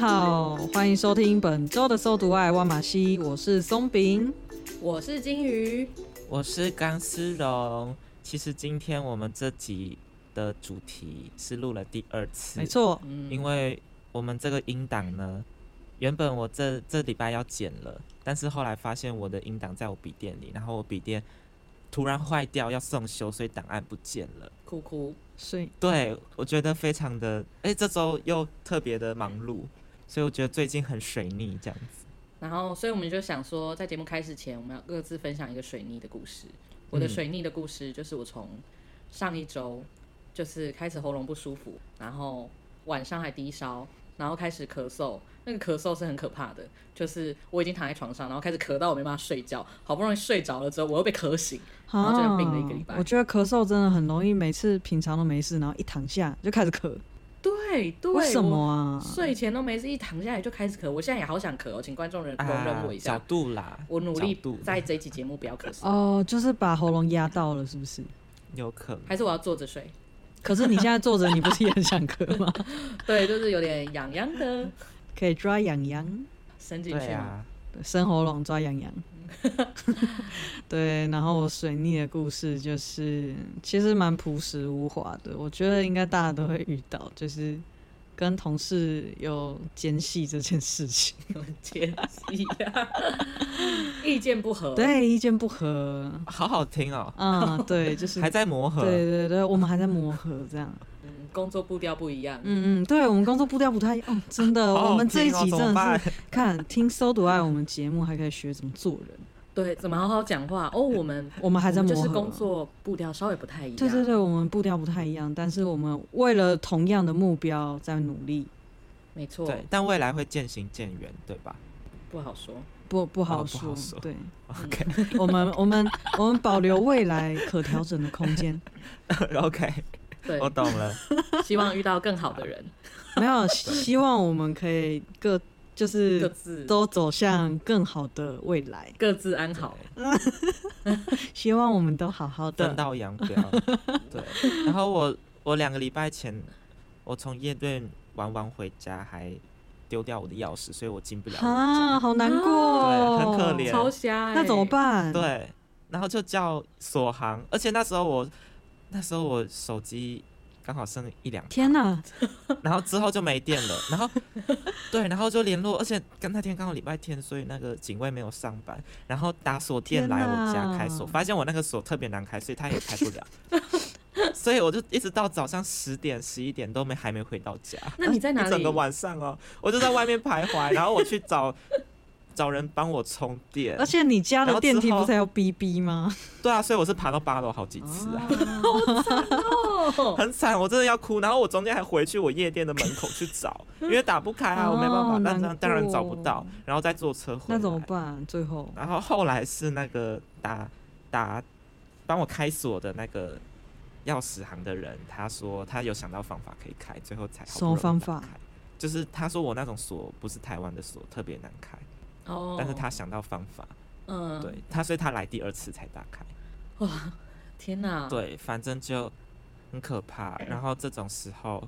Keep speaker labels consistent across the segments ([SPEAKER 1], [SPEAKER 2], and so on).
[SPEAKER 1] 好，欢迎收听本周的《搜读爱万马西》，我是松饼。
[SPEAKER 2] 我是金鱼，
[SPEAKER 3] 我是钢丝绒。其实今天我们这集的主题是录了第二次，
[SPEAKER 1] 没，错，
[SPEAKER 2] 嗯
[SPEAKER 3] 因为我们这个音档呢，原本我这这礼拜要剪了，但是后来发现我的音档在我笔电里，然后我笔电突然坏掉要送修，所以档案不见了。
[SPEAKER 2] 哭哭，
[SPEAKER 1] 所以
[SPEAKER 3] 对，我觉得非常的，哎，这周又特别的忙碌，所以我觉得最近很水逆这样子。
[SPEAKER 2] 然后所以我们就想说，在节目开始前，我们要各自分享一个水逆的故事。我的
[SPEAKER 3] 嗯
[SPEAKER 2] 水逆的故事就是我从上一周就是开始喉咙不舒服，然后晚上还低烧，然后开始咳嗽，那个咳嗽是很可怕的，就是我已经躺在床上，然后开始咳到我没办法睡觉，好不容易睡着了之后，我又被咳醒，然后就
[SPEAKER 1] 啊
[SPEAKER 2] 病了一个礼拜
[SPEAKER 1] 我觉得咳嗽真的很容易，每次平常都没事，然后一躺下就开始咳，
[SPEAKER 2] 对对，
[SPEAKER 1] 为什
[SPEAKER 2] 我
[SPEAKER 1] 么啊？
[SPEAKER 2] 睡前都没事，一躺下来就开始咳，我现在也好想咳哦，请观众人容忍我一下
[SPEAKER 3] 啊角。度啦，
[SPEAKER 2] 我努力
[SPEAKER 3] 角度
[SPEAKER 2] 在这一期节目不要咳嗽，
[SPEAKER 1] 哦，就是把喉咙压到了，是不是？
[SPEAKER 3] 有可能
[SPEAKER 2] 还是我要坐着睡？
[SPEAKER 1] 可是你现在坐着，你不是也很想咳 吗？
[SPEAKER 2] 对，就是有点痒痒的，
[SPEAKER 1] 可以抓痒痒，
[SPEAKER 2] 伸进去嘛。
[SPEAKER 3] 对啊，
[SPEAKER 1] 生喉咙抓痒 痒。对，然后我水逆的故事就是，其实蛮朴实无华的，我觉得应该大家都会遇到，就是跟同事有间隙这件事情，
[SPEAKER 2] 天气呀，意见不
[SPEAKER 3] 哦
[SPEAKER 2] 合。，
[SPEAKER 1] 对，意见不合，
[SPEAKER 3] 好好听哦，
[SPEAKER 1] 啊、 对，就是
[SPEAKER 3] 还在磨合。
[SPEAKER 1] 对对对，我们还在磨合这样，
[SPEAKER 2] 嗯，工作步调不一样。
[SPEAKER 1] 嗯嗯，对我们工作步调不太一样，哦，真的，
[SPEAKER 3] 好好
[SPEAKER 1] 我们这一
[SPEAKER 3] 听 哦
[SPEAKER 1] 集
[SPEAKER 3] 怎么
[SPEAKER 1] 真的
[SPEAKER 3] 办
[SPEAKER 1] 是看听搜读爱我们节目，还可以学怎么做人，
[SPEAKER 2] 对，怎么好好讲话？哦，我们
[SPEAKER 1] 我们还在
[SPEAKER 2] 我
[SPEAKER 1] 磨
[SPEAKER 2] 们
[SPEAKER 1] 合，
[SPEAKER 2] 就是工作步调稍微不太一样。
[SPEAKER 1] 对对对，我们步调不太一样，但是我们为了同样的目标在努力，
[SPEAKER 2] 没错，
[SPEAKER 3] 对，但未来会渐行渐远，对 吧？
[SPEAKER 2] 不好说。
[SPEAKER 1] 不不好
[SPEAKER 3] 哦
[SPEAKER 1] 说。
[SPEAKER 3] 不好说
[SPEAKER 1] 对
[SPEAKER 3] OK
[SPEAKER 1] 我们我们我们保留未来可调整的空 间，
[SPEAKER 3] OK，
[SPEAKER 2] 对
[SPEAKER 3] 我，懂 了。
[SPEAKER 2] 希望遇到更好的人，
[SPEAKER 1] 没有希希望我们可以各就
[SPEAKER 2] 各
[SPEAKER 1] 是
[SPEAKER 2] 自
[SPEAKER 1] 都走向更好的未来，
[SPEAKER 2] 各自安好。
[SPEAKER 1] 希望我们都好好
[SPEAKER 3] 分
[SPEAKER 1] 的。
[SPEAKER 3] 道扬 镳。对，然后我我两个礼拜前，我从夜店玩完回家，还丢掉我的钥匙，所以我进不了我
[SPEAKER 1] 啊，
[SPEAKER 3] 家。
[SPEAKER 1] 好难过，
[SPEAKER 3] 对很可怜
[SPEAKER 2] 超瞎欸，
[SPEAKER 1] 那怎么办？，
[SPEAKER 3] 对，然后就叫锁行，而且那时候我那时候我手机刚好剩一两
[SPEAKER 1] 天哪，
[SPEAKER 3] 然后之后就没电了，然后 对，然后就联络，而且刚那天刚好礼拜天，所以那个警卫没有上班，然后打锁店来
[SPEAKER 1] 天哪
[SPEAKER 3] 我家开锁，发现我那个锁特别难开，所以他也开不了， 所以我就一直到早上十点十一点都没还没回到家，
[SPEAKER 2] 那你在哪
[SPEAKER 3] 一整
[SPEAKER 2] 里
[SPEAKER 3] 个？晚上哦，我就在外面徘徊，然后我去找找人帮我充电
[SPEAKER 1] 而，且你家
[SPEAKER 3] 然
[SPEAKER 1] 的
[SPEAKER 3] 后
[SPEAKER 1] 电梯
[SPEAKER 3] 之后
[SPEAKER 1] 不是还有 BB 吗？
[SPEAKER 3] 对啊，所以我是爬到八楼好几次啊。
[SPEAKER 2] 哦，
[SPEAKER 3] 很惨，我真的要哭。然后我中间还回去我夜店的门口去找，因为打不开啊，我没办
[SPEAKER 1] 哦
[SPEAKER 3] 法，那
[SPEAKER 1] 难过
[SPEAKER 3] 当当然找不到，然后再坐车回来。
[SPEAKER 1] 那怎么？办？最 后
[SPEAKER 3] 然后后来是那个打打帮我开锁的那个钥匙行的人，他说他有想到方法可以开，最后才好不
[SPEAKER 1] 什么
[SPEAKER 3] 容易
[SPEAKER 1] 方法
[SPEAKER 3] 打开？就是他说我那种锁不是台湾的锁，特别难开，
[SPEAKER 2] 哦
[SPEAKER 3] 但是他想到方法，
[SPEAKER 2] 嗯，
[SPEAKER 3] 对他，所以他来第二次才打开。
[SPEAKER 2] 哇，天哪！
[SPEAKER 3] 对，反正就很可怕。然后这种时候。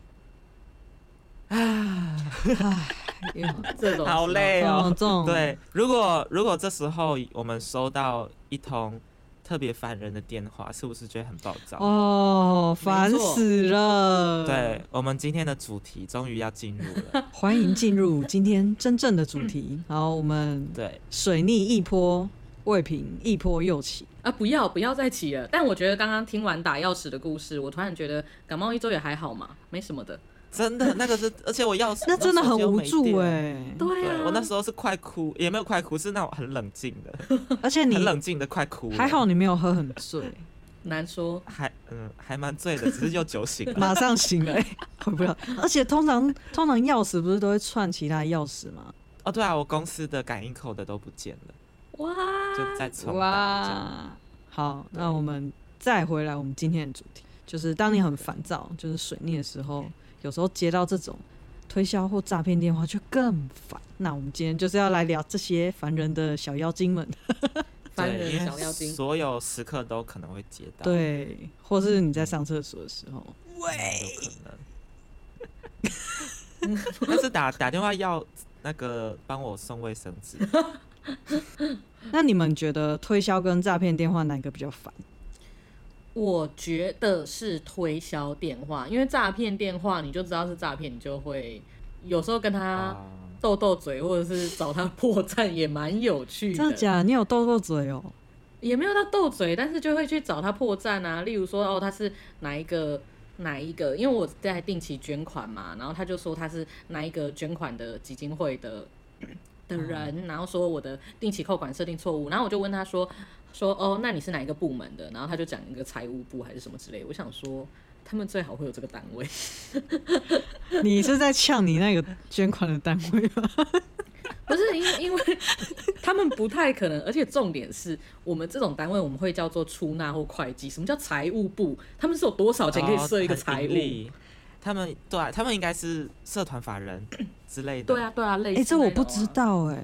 [SPEAKER 2] 这种
[SPEAKER 3] 好累
[SPEAKER 1] 哦，
[SPEAKER 3] 哦
[SPEAKER 1] 这。种
[SPEAKER 3] 啊对，如果如果这时候我们收到一通特别烦人的电话，是不是觉得很暴躁？
[SPEAKER 1] 哦，烦
[SPEAKER 2] 没错
[SPEAKER 1] 死了！，，
[SPEAKER 3] 对我们今天的主题终于要进入了
[SPEAKER 1] 欢迎进入今天真正的主
[SPEAKER 3] 嗯
[SPEAKER 1] 题。好，我们
[SPEAKER 3] 对，
[SPEAKER 1] 水逆一波未平，一波又 起。
[SPEAKER 2] 啊，不要不要再起了。但我觉得刚刚听完打钥匙的故事，我突然觉得感冒一周也还好嘛，没什么的。
[SPEAKER 3] 真的那个是，而且我钥匙
[SPEAKER 1] 那真的很无助哎、
[SPEAKER 3] 哎、
[SPEAKER 2] 对
[SPEAKER 3] 对
[SPEAKER 2] 啊，
[SPEAKER 3] 我那时候是快哭，也没有快哭，是那种很冷静 的，
[SPEAKER 1] 而且你
[SPEAKER 3] 很冷静欸的快哭了。
[SPEAKER 1] 还好你没有喝很 醉，
[SPEAKER 2] 难说，
[SPEAKER 3] 还嗯还蛮醉的，只是又酒醒 了。
[SPEAKER 1] 马上醒了、欸，回不了。而且通常通常钥匙不是都会串其他钥匙吗？
[SPEAKER 3] 哦，对啊，我公司的感应扣的都不见了，
[SPEAKER 2] 哇，
[SPEAKER 3] 就在重打这样。
[SPEAKER 1] 哇，好，那我们再回来我们今天的主题，就是当你很烦躁，就是水逆的时候，有时候接到这种推销或诈骗电话就更烦。那我们今天就是要来聊这些烦人的小妖精们，
[SPEAKER 2] 烦
[SPEAKER 3] 对
[SPEAKER 2] 人
[SPEAKER 3] 因
[SPEAKER 2] 小
[SPEAKER 3] 为
[SPEAKER 2] 妖精。
[SPEAKER 3] 所有时刻都可能会接到，
[SPEAKER 1] 对，或是你在上厕所的时候，
[SPEAKER 3] 嗯，有可能。但是打打电话要那个帮我送卫生 纸，
[SPEAKER 1] 那你们觉得推销跟诈骗电话哪个比较烦？
[SPEAKER 2] 我觉得是推销电话，因为诈骗电话你就知道是诈骗，你就会有时候跟他
[SPEAKER 3] 啊
[SPEAKER 2] 斗斗嘴，或者是找他 破绽，也蛮有趣
[SPEAKER 1] 真的假的？你有斗斗嘴哦？
[SPEAKER 2] 也没有到斗嘴，但是就会去找他破绽啊。例如说，哦，他是哪一个哪一个？因为我在定期捐款嘛，然后他就说他是哪一个捐款的基金会的的人，然后说我的定期扣款设定错误，然后我就问他说说哦，那你是哪一个部门的？然后他就讲一个财务部还是什么之类的。我想说，他们最好会有这个单位。
[SPEAKER 1] 你是在呛你那个捐款的单位 吗？
[SPEAKER 2] 不是因因为 他们不太可能，而且重点是我们这种单位我们会叫做出纳或会计。什么叫财务部？他们是有多少钱可以设一个
[SPEAKER 3] 然后
[SPEAKER 2] 财
[SPEAKER 3] 啊很
[SPEAKER 2] 务？
[SPEAKER 3] 盈利他们对啊、他们应该是社团法人之类的。
[SPEAKER 2] 对啊，对啊，类
[SPEAKER 1] 哎、
[SPEAKER 2] 似、
[SPEAKER 1] 这我不知。道哎、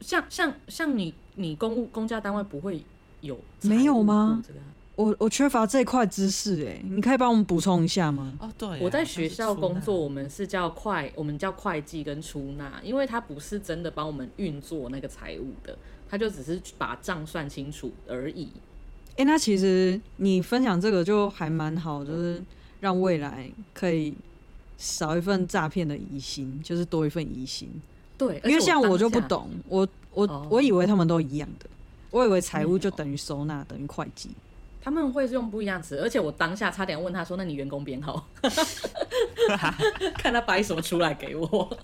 [SPEAKER 2] 像像像你你公务公家单位不会有财务
[SPEAKER 1] 没有吗
[SPEAKER 2] 部这个啊？
[SPEAKER 1] 我我缺乏这块知识哎、你可以帮我们补充一下吗？
[SPEAKER 3] 哦，对啊，
[SPEAKER 2] 我在
[SPEAKER 3] 他
[SPEAKER 2] 学
[SPEAKER 3] 是
[SPEAKER 2] 校
[SPEAKER 3] 出
[SPEAKER 2] 工
[SPEAKER 3] 纳
[SPEAKER 2] 作，，我们是叫会，我们叫会计跟出纳，因为他不是真的帮我们运作那个财务的，他就只是把账算清楚而已。
[SPEAKER 1] 哎、那其实你分享这个就还蛮好，就是让未来可以少一份诈骗的疑心，就是多一份疑心。
[SPEAKER 2] 对，而
[SPEAKER 1] 因为
[SPEAKER 2] 且
[SPEAKER 1] 像我
[SPEAKER 2] 当
[SPEAKER 1] 就不
[SPEAKER 2] 下
[SPEAKER 1] 懂，我我、
[SPEAKER 2] 哦嗯
[SPEAKER 1] 我以为他们都一样的，我以为财务就
[SPEAKER 2] 没有
[SPEAKER 1] 等于收纳等于会计。
[SPEAKER 2] 他们会用不一样词，而且我当下差点问他说：“那你员工编号？” 看他摆什么出来给我。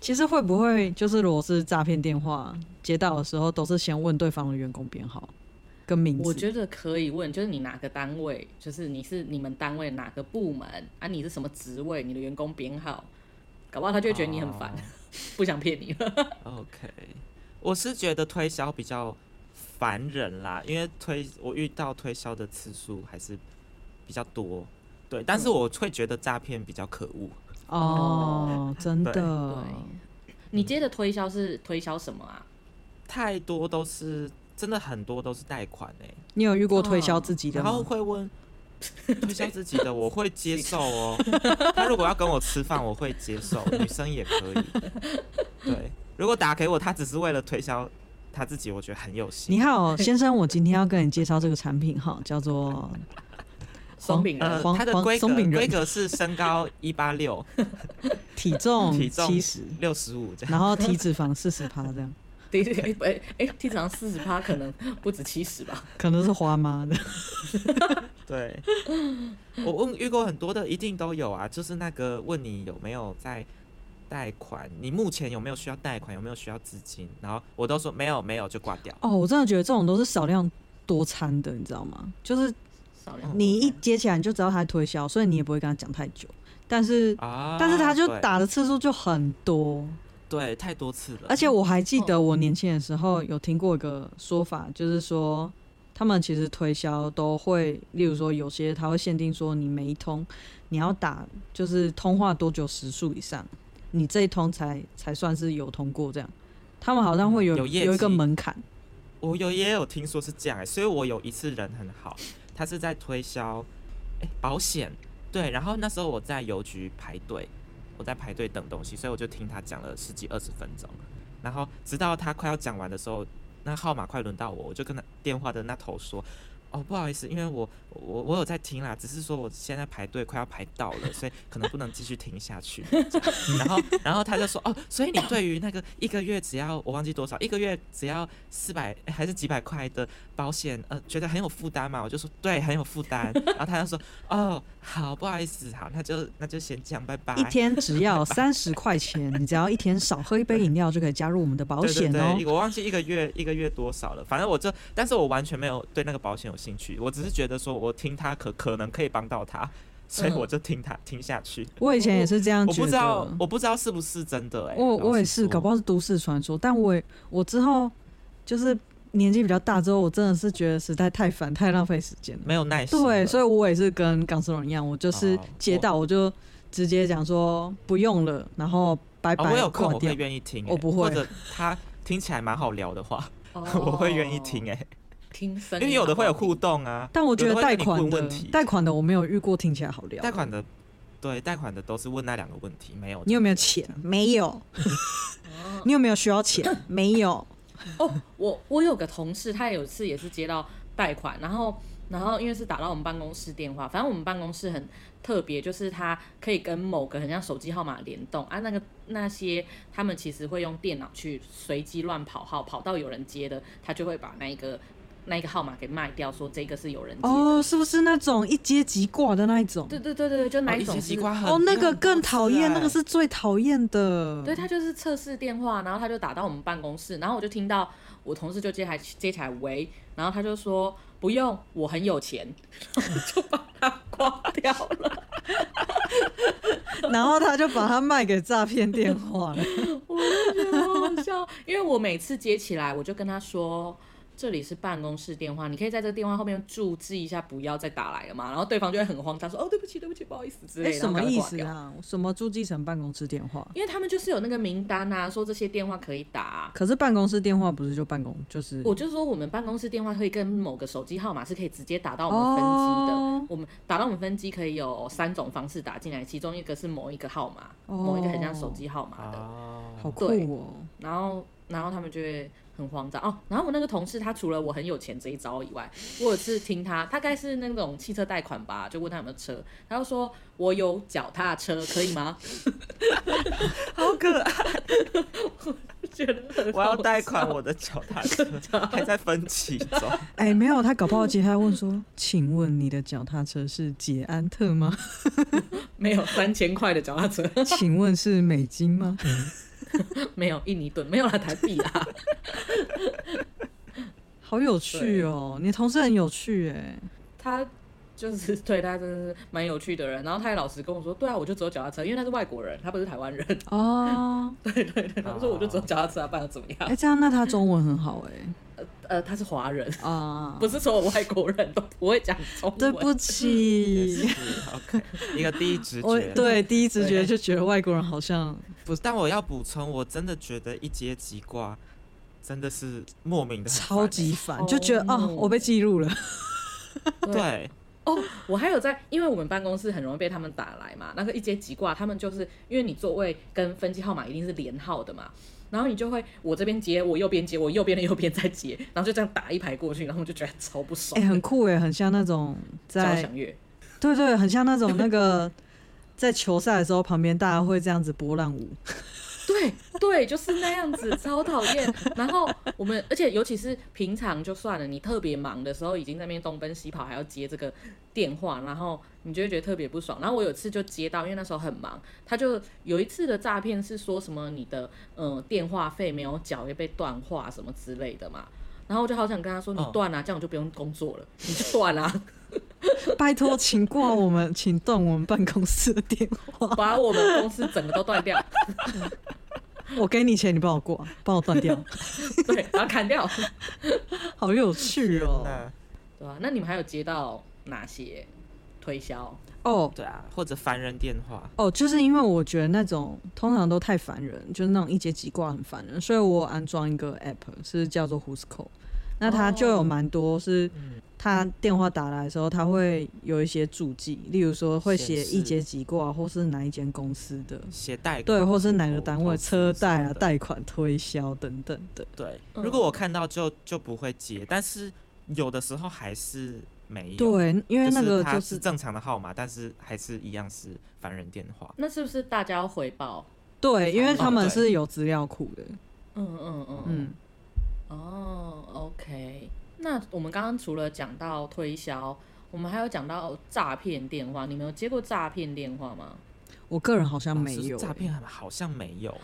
[SPEAKER 1] 其实会不会就是如果是诈骗电话接到的时候，都是先问对方的员工编号跟名字？
[SPEAKER 2] 我觉得可以问，就是你哪个单位，就是你是你们单位哪个部门啊？你是什么职位？你的员工编号？搞不好他就会觉得你很烦， 不想骗你了。
[SPEAKER 3] 哦 OK，我是觉得推销比较烦人啦，因为推我遇到推销的次数还是比较多。对，但
[SPEAKER 2] 嗯
[SPEAKER 3] 是我会觉得诈骗比较可恶。
[SPEAKER 1] 哦，真
[SPEAKER 3] 对
[SPEAKER 1] 的，
[SPEAKER 2] 你接的推销是推销什么啊？
[SPEAKER 3] 太多都是真的很多都是贷款哎、
[SPEAKER 1] 你有遇过推销
[SPEAKER 2] 哦
[SPEAKER 1] 自己的
[SPEAKER 3] 然
[SPEAKER 1] 吗？
[SPEAKER 3] 后会问推销自己的，我会接 受哦。他如果要跟我吃饭，我会接受，女生也可 以。对，如果打给我，他只是为了推销他自己，我觉得很有
[SPEAKER 1] 你
[SPEAKER 3] 心。
[SPEAKER 1] 好，先生，我今天要跟你介绍这个产品哈， 叫做
[SPEAKER 2] 松饼人
[SPEAKER 3] 呃，
[SPEAKER 1] 黄
[SPEAKER 3] 它的
[SPEAKER 1] 黄
[SPEAKER 3] 规格
[SPEAKER 1] 松饼人
[SPEAKER 3] 规格是 身高一八六
[SPEAKER 1] 体重
[SPEAKER 3] 体重
[SPEAKER 1] 七十，
[SPEAKER 3] 六十五 这样。
[SPEAKER 1] 然后体脂肪四十趴这样，
[SPEAKER 2] 对对哎哎哎，地上四十趴可能不止七十吧。
[SPEAKER 1] 可能是花妈的。
[SPEAKER 3] 对，我问遇过很多的，一定都有啊。就是那个问你有没有在贷款，你目前有没有需要贷款，有没有需要资金，然后我都说没有，没有就挂掉。
[SPEAKER 1] 哦，我真的觉得这种都是少量多餐的，你知道吗？就是
[SPEAKER 2] 少量
[SPEAKER 1] 你一
[SPEAKER 2] 多餐
[SPEAKER 1] 接起来你就知道他在推销，所以你也不会跟他讲太久。但是，
[SPEAKER 3] 啊！
[SPEAKER 1] 但是他就
[SPEAKER 3] 对
[SPEAKER 1] 打的次数就很多，
[SPEAKER 3] 对太多次了，
[SPEAKER 1] 而且我还记得我年轻的时候
[SPEAKER 3] 嗯
[SPEAKER 1] 有听过一个说法，就是说他们其实推销都会，例如说有些他会限定说你每一通你要打就是通话多久时数以上，你这一通才才算是有通过这样。他们好像会有
[SPEAKER 3] 嗯有业绩
[SPEAKER 1] 有一个门槛，
[SPEAKER 3] 我有也有听说是这样、欸，所以我有一次人很好，他是在推销，哎、保险，对，然后那时候我在邮局排队，我在排队等东西，所以我就听他讲了十几二十分钟，然后直到他快要讲完的时候，那号码快轮到我，我就跟他电话的那头说。哦，不好意思，因为我我我有在听啦，只是说我现在排队快要排到了，所以可能不能继续听下去。这样然后然后他就说哦，所以你对于那个一个月只要我忘记多少，一个月只要四百还是几百块的保险，呃，觉得很有负担嘛？我就说对，很有负担。然后他就说哦，好，不好意思，好，那就那就先这样，拜拜。
[SPEAKER 1] 一天只要三十块钱，你只要一天少喝一杯饮料就可以加入我们的保
[SPEAKER 3] 对对
[SPEAKER 1] 险
[SPEAKER 3] 对
[SPEAKER 1] 哦
[SPEAKER 3] 一。个我忘记一个月一个月多少了，反正我这，但是我完全没有对那个保险有兴趣，我只是觉得说我听他可可能可以帮到他，所以
[SPEAKER 2] 嗯
[SPEAKER 3] 我就听他、听下去。
[SPEAKER 1] 我以前也是这样
[SPEAKER 3] 我
[SPEAKER 1] 嗯觉
[SPEAKER 3] 不知道
[SPEAKER 1] 得，。
[SPEAKER 3] 我不知道是不是真的哎、欸。
[SPEAKER 1] 我
[SPEAKER 3] 老
[SPEAKER 1] 我也
[SPEAKER 3] 实
[SPEAKER 1] 是，搞
[SPEAKER 3] 说
[SPEAKER 1] 不好是都市传说，但我也我之后就是年纪比较大之后，我真的是觉得实在太烦，太浪费时间了。
[SPEAKER 3] 没有耐心了。
[SPEAKER 1] 对，所以我也是跟港斯龙一样，我就是
[SPEAKER 3] 哦
[SPEAKER 1] 接到我就直接讲说不用了，然后拜
[SPEAKER 3] 啊、
[SPEAKER 1] 拜
[SPEAKER 3] 我有空
[SPEAKER 1] 挂
[SPEAKER 3] 我会
[SPEAKER 1] 掉。
[SPEAKER 3] 愿意听欸、
[SPEAKER 1] 我不会
[SPEAKER 3] 或者他听起来蛮好聊的话，
[SPEAKER 2] 哦
[SPEAKER 3] 我会愿意听哎、
[SPEAKER 2] 听声
[SPEAKER 3] 因
[SPEAKER 2] 音，
[SPEAKER 3] 为有的会有互动啊，
[SPEAKER 1] 但我觉
[SPEAKER 3] 有
[SPEAKER 1] 得
[SPEAKER 3] 的
[SPEAKER 1] 贷
[SPEAKER 3] 会跟你
[SPEAKER 1] 款
[SPEAKER 3] 问
[SPEAKER 1] 的
[SPEAKER 3] 问题，
[SPEAKER 1] 贷款的我没有遇过，听起来好聊。
[SPEAKER 3] 贷款的，对贷款的都是问那两个问题，没有哦
[SPEAKER 1] 你有没有钱？没有。你有没有需要钱？没有。
[SPEAKER 2] 哦，我我有个同事，他有一次也是接到贷款，然后然后因为是打到我们办公室电话，反正我们办公室很特别，就是它可以跟某个很像手机号码联动啊。那个那些他们其实会用电脑去随机乱跑号，跑到有人接的，他就会把那一个那一个号码给卖掉，说这个是有人接的。
[SPEAKER 1] 哦，是不是那种一接即挂的那一种？
[SPEAKER 2] 对对对对对，就那
[SPEAKER 3] 哦
[SPEAKER 2] 一
[SPEAKER 3] 一
[SPEAKER 2] 种
[SPEAKER 3] 些
[SPEAKER 2] 是
[SPEAKER 3] 西瓜很
[SPEAKER 1] 哦，那个更讨厌，
[SPEAKER 3] 很
[SPEAKER 1] 那
[SPEAKER 3] 多
[SPEAKER 1] 个
[SPEAKER 3] 次
[SPEAKER 1] 是最讨厌的。
[SPEAKER 2] 对他就是测试电话，然后他就打到我们办公室，然后我就听到我同事就接还接起来喂，然后他就说不用，我很有钱， 然后就把他挂掉了。
[SPEAKER 1] 然后他就把它卖给诈骗电话了。
[SPEAKER 2] 我就觉得好好笑， 因为我每次接起来，我就跟他说。这里是办公室电话，你可以在这个电话后面注记一下，不要再打来了嘛。然后对方就会很慌张，说：“哦，对不起， 对不起，不好意思之类
[SPEAKER 1] 哎，
[SPEAKER 2] 的。”
[SPEAKER 1] 什么
[SPEAKER 2] 然后赶快
[SPEAKER 1] 意
[SPEAKER 2] 挂
[SPEAKER 1] 思
[SPEAKER 2] 掉？
[SPEAKER 1] 啊？什么住继承办公室电话？
[SPEAKER 2] 因为他们就是有那个名单啊，说这些电话可以打啊、
[SPEAKER 1] 可是办公室电话不是就办公就是
[SPEAKER 2] 我就说我们办公室电话会跟某个手机号码是可以直接打到我们分机的。
[SPEAKER 1] 哦
[SPEAKER 2] 我们打到我们分机可以有三种方式打进来，其中一个是某一个号码，某一个很像手机号码的。
[SPEAKER 3] 哦，
[SPEAKER 1] 好酷
[SPEAKER 2] 对
[SPEAKER 1] 哦！
[SPEAKER 2] 然后，然后他们就会很慌张哦。然后我那个同事，他除了我很有钱这一招以外，我有次听他，大概是那种汽车贷款吧，就问他有没有车，他就说我有脚踏车，可以吗？
[SPEAKER 3] 好 可爱！
[SPEAKER 2] 觉得 很
[SPEAKER 3] 我要贷
[SPEAKER 2] 好
[SPEAKER 3] 款
[SPEAKER 2] 笑
[SPEAKER 3] 我的脚踏车，还在分期中。
[SPEAKER 1] 哎，没有，他搞不好接他问说：“请问你的脚踏车是捷安特 吗？
[SPEAKER 2] 没有三千块的脚踏车，
[SPEAKER 1] 请问是美金吗
[SPEAKER 2] 没有印尼盾，没有啦台币啦。？”
[SPEAKER 1] 好有趣哦！你同事很有趣哎，
[SPEAKER 2] 他就是对他真的是蛮有趣的人，然后他也老实跟我说，对啊，我就只有脚踏车，因为他是外国人，他不是台湾人，
[SPEAKER 1] 哦，
[SPEAKER 2] 他说我就只有脚踏车，啊，不然怎么样？
[SPEAKER 1] 哎，这样那他中文很好
[SPEAKER 2] 呃，他是华人，
[SPEAKER 1] 哎啊，
[SPEAKER 2] 不是所有外国人 都不会讲中文。
[SPEAKER 1] 对不
[SPEAKER 3] 也
[SPEAKER 1] 起，
[SPEAKER 3] 是 OK，一个第一直
[SPEAKER 1] 我
[SPEAKER 3] 觉。
[SPEAKER 1] 对第一直觉
[SPEAKER 2] 对
[SPEAKER 1] 就觉得外国人好像
[SPEAKER 3] 不是，但我要补充，我真的觉得一接即挂，真的是莫名的欸
[SPEAKER 1] 超级烦，
[SPEAKER 2] 哦
[SPEAKER 1] 就觉得哦，我被记录了。
[SPEAKER 3] 对，
[SPEAKER 2] 哦，我还有在，因为我们办公室很容易被他们打来嘛，那个一接即挂，他们就是因为你座位跟分机号码一定是连号的嘛。然后你就会，我这边接，我右边接，我右边的右边再接，然后就这样打一排过去，然后我就觉得超不爽
[SPEAKER 1] 哎、
[SPEAKER 2] 的，
[SPEAKER 1] 很酷哎，很像那种
[SPEAKER 2] 交
[SPEAKER 1] 在
[SPEAKER 2] 响乐。
[SPEAKER 1] 对对，很像那种那个在球赛的时候，旁边大家会这样子波浪舞。
[SPEAKER 2] 对对，就是那样子，超讨厌。然后我们，而且尤其是平常就算了，你特别忙的时候，已经在那边东奔西跑，还要接这个电话，然后你就会觉得特别不爽。然后我有一次就接到，因为那时候很忙，他就有一次的诈骗是说什么你的呃电话费没有缴，也被断话什么之类的嘛。然后我就好想跟他说，你
[SPEAKER 3] 嗯
[SPEAKER 2] 断啊，这样我就不用工作了，你就断啊，
[SPEAKER 1] 拜托，请挂我们，请断我们办公室的电话。
[SPEAKER 2] 把我们公司整个都断掉，
[SPEAKER 1] 我给你钱，你帮我挂，帮我断掉，
[SPEAKER 2] 对，把它砍掉，
[SPEAKER 1] 好有趣哦。
[SPEAKER 3] 那
[SPEAKER 2] 对啊，那你们还有接到哪些推销？
[SPEAKER 1] 哦
[SPEAKER 3] 对啊，或者烦人电话，
[SPEAKER 1] 哦，就是因为我觉得那种通常都太烦人，就是那种一接即挂很烦人，所以我有安装一个 app 是叫做 Who's Call，那它就有蛮多是
[SPEAKER 3] 哦嗯，
[SPEAKER 1] 他电话打来的时候，他会有一些注记，例如说会写
[SPEAKER 3] 显示
[SPEAKER 1] 一节几挂，或是哪一间公司的，
[SPEAKER 3] 携带
[SPEAKER 1] 对，或是哪个单位
[SPEAKER 3] 投资
[SPEAKER 1] 车贷啊、
[SPEAKER 3] 什么的
[SPEAKER 1] 贷款推销等等的。
[SPEAKER 3] 对，
[SPEAKER 2] 嗯
[SPEAKER 3] 如果我看到就就不会接，但是有的时候还是没有。
[SPEAKER 1] 对，因为那个
[SPEAKER 3] 它
[SPEAKER 1] 就是是
[SPEAKER 3] 正常的号码，但是还是一样是烦人电话。
[SPEAKER 2] 那是不是大家要回报？
[SPEAKER 1] 对，因为
[SPEAKER 2] 哦
[SPEAKER 1] 他们
[SPEAKER 3] 对
[SPEAKER 1] 是有资料库的，
[SPEAKER 2] 嗯嗯嗯嗯。
[SPEAKER 1] 嗯，
[SPEAKER 2] 哦，OK。那我们刚刚除了讲到推销，我们还有讲到诈骗电话。你们有接过诈骗电话吗？
[SPEAKER 1] 我个人好像没
[SPEAKER 3] 老实
[SPEAKER 1] 有
[SPEAKER 3] 说哦
[SPEAKER 1] 欸，
[SPEAKER 3] 诈骗好像没有。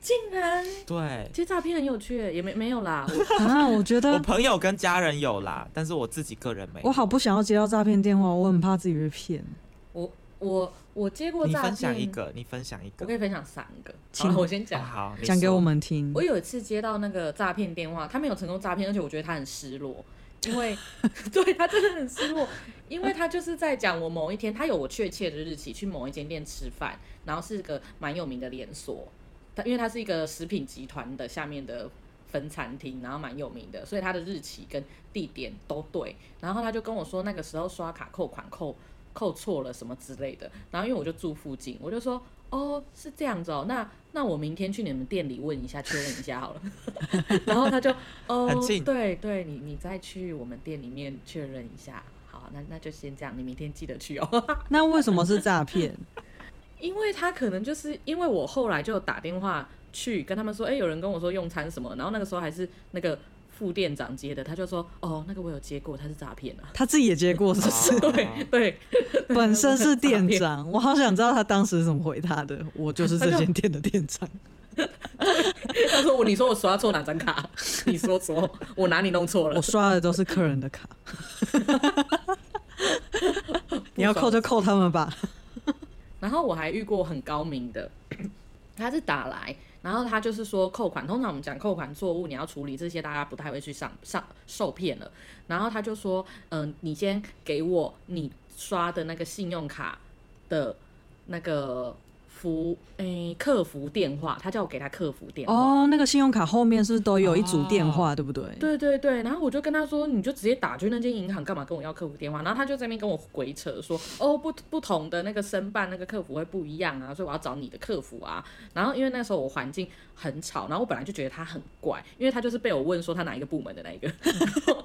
[SPEAKER 2] 竟然
[SPEAKER 3] 对，
[SPEAKER 2] 接诈骗很有趣耶，也没没有啦。我
[SPEAKER 1] 啊，我觉
[SPEAKER 3] 我
[SPEAKER 1] 得
[SPEAKER 3] 朋友跟家人有啦，但是我自己个人没有。
[SPEAKER 1] 我好不想要接到诈骗电话，我很怕自己被骗。
[SPEAKER 2] 我我我接过
[SPEAKER 3] 你
[SPEAKER 2] 诈骗，
[SPEAKER 3] 分享一个，你分享一
[SPEAKER 2] 我
[SPEAKER 3] 个
[SPEAKER 2] 可。以分享三个。好
[SPEAKER 1] 请
[SPEAKER 2] 了，我先讲
[SPEAKER 3] 哦。好，你
[SPEAKER 1] 讲给
[SPEAKER 3] 说
[SPEAKER 1] 我。们听
[SPEAKER 2] 我，有一次接到那个诈骗电话，他没有成功诈骗，而且我觉得他很失落，因为对他真的很失落，因为他就是在讲我某一天，他有我确切的日期去某一间店吃饭，然后是个蛮有名的连锁，他因为它是一个食品集团的下面的分餐厅，然后蛮有名的，所以它的日期跟地点都对。然后他就跟我说，那个时候刷卡扣款扣扣错了什么之类的。然后因为我就住附近，我就说哦是这样子哦，那那我明天去你们店里问一下，确认一下好了。 然后他就哦
[SPEAKER 3] 很近
[SPEAKER 2] 对对，你你再去我们店里面确认一下。好，那那就先这样，你明天记得去哦。
[SPEAKER 1] 那为什么是诈骗？
[SPEAKER 2] 因为他可能就是因为我后来就打电话去跟他们说，哎、有人跟我说用餐什么，然后那个时候还是那个副店长接的，他就说，哦，那个我有接过，他是诈骗啊。
[SPEAKER 1] 他自己也接过，是不是？
[SPEAKER 3] 对，
[SPEAKER 2] 对，
[SPEAKER 1] 本身是店长，我好想知道他当时怎么回他的。我就是这间店的店长，
[SPEAKER 2] 他说我，你说我刷错哪张卡？ 你说说，我哪里弄错了
[SPEAKER 1] 我？刷的都是客人的卡。你要扣就扣他们吧。
[SPEAKER 2] 然后我还遇过很高明的， 他是打来，然后他就是说扣款，通常我们讲扣款错误，你要处理这些，大家不太会去上上受骗了。然后他就说，嗯、你先给我你刷的那个信用卡的那个服，诶、客服电话，他叫我给他客服电话。
[SPEAKER 1] 哦，那个信用卡后面是不是都有一组电话，对不对？
[SPEAKER 2] 对对对，然后我就跟他说，你就直接打去那间银行干嘛跟我要客服电话？然后他就在那边跟我鬼扯说，哦，不不同的那个申办那个客服会不一样啊，所以我要找你的客服啊。然后因为那时候我环境很吵，然后我本来就觉得他很怪，因为他就是被我问说他哪一个部门的那一个，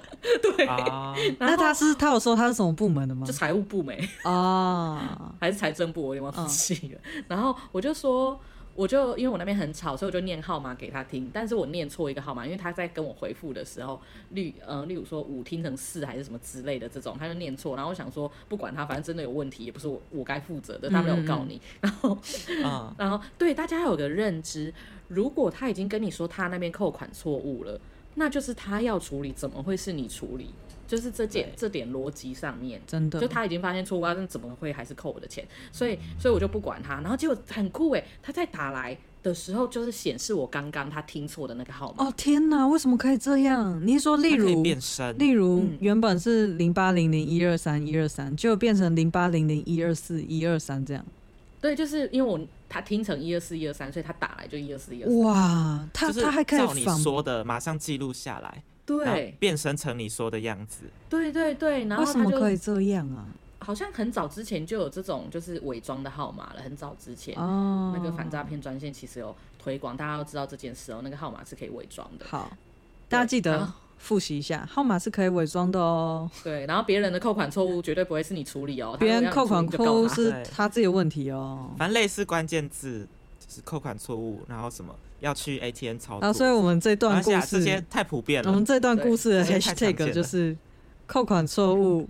[SPEAKER 2] 对，
[SPEAKER 3] 啊，
[SPEAKER 2] 然
[SPEAKER 1] 那
[SPEAKER 2] 后
[SPEAKER 1] 他是他有说他是什么部门的吗
[SPEAKER 2] 就？财务部没。
[SPEAKER 1] 啊，
[SPEAKER 2] 还是财政部，我有点忘记了。 然后我就说，我就因为我那边很吵，所以我就念号码给他听，但是我念错一个号码，因为他在跟我回复的时候，例呃，例如说五听成四还是什么之类的这种，他就念错。然后我想说，不管他，反正真的有问题，也不是我我该负责的，他没有告你。 然后
[SPEAKER 3] 嗯，
[SPEAKER 2] 然后对大家要有个认知，如果他已经跟你说他那边扣款错误了，那就是他要处理，怎么会是你处理？就是这点
[SPEAKER 3] 对
[SPEAKER 2] 这点逻辑上面。
[SPEAKER 1] 真的
[SPEAKER 2] 就，他已经发现错误，但怎么会还是扣我的钱？所以，所以我就不管他。然后结果很酷诶，他在打来的时候，就是显示我刚刚他听错的那个号码。
[SPEAKER 1] 哦天哪，为什么可以这样？你是说， 例
[SPEAKER 3] 它可以
[SPEAKER 1] 如，
[SPEAKER 3] 变身，
[SPEAKER 1] 例如
[SPEAKER 2] 嗯
[SPEAKER 1] 原本是零八零零一二三一二三，就变成零八零零一二四一二三这样。
[SPEAKER 2] 对，就是因为我他听成一二四一二三，所以他打来就一二四一
[SPEAKER 1] 哦
[SPEAKER 2] 二三。
[SPEAKER 1] 哇，他
[SPEAKER 3] 就是
[SPEAKER 1] 他还可
[SPEAKER 3] 照
[SPEAKER 1] 以
[SPEAKER 3] 你
[SPEAKER 1] 仿，
[SPEAKER 3] 说的，马上记录下来，然后
[SPEAKER 2] 对，
[SPEAKER 3] 变身成你说的样子，
[SPEAKER 2] 对对对，然后
[SPEAKER 1] 为什
[SPEAKER 2] 他
[SPEAKER 1] 么可
[SPEAKER 2] 就
[SPEAKER 1] 以这样啊？
[SPEAKER 2] 好像很早之前就有这种就是伪装的号码了，很早之前。
[SPEAKER 1] 哦，
[SPEAKER 2] 那个反诈骗专线其实有推广，大家要知道这件事哦。那个号码是可以伪装的，
[SPEAKER 1] 好，大家记
[SPEAKER 2] 然
[SPEAKER 1] 得
[SPEAKER 2] 后
[SPEAKER 1] 复习一下，号码是可以伪装的哦。
[SPEAKER 2] 对。然后别人的扣款错误绝对不会是你处理哦，
[SPEAKER 1] 别人扣款
[SPEAKER 2] 扣
[SPEAKER 1] 扣是
[SPEAKER 3] 对
[SPEAKER 1] 他自己的问题哦。
[SPEAKER 3] 反正类似关键字就是扣款错误，然后什么要去 ATM 操
[SPEAKER 1] 然后，所以
[SPEAKER 3] 作，
[SPEAKER 1] 我们这段
[SPEAKER 3] 而且
[SPEAKER 1] 故
[SPEAKER 3] 这些
[SPEAKER 1] 事，嗯
[SPEAKER 3] 太普遍
[SPEAKER 1] 我
[SPEAKER 3] 了
[SPEAKER 1] 们，这段故事的
[SPEAKER 3] 对这太常见
[SPEAKER 1] hashtag
[SPEAKER 3] 了
[SPEAKER 1] 就是扣款错 误，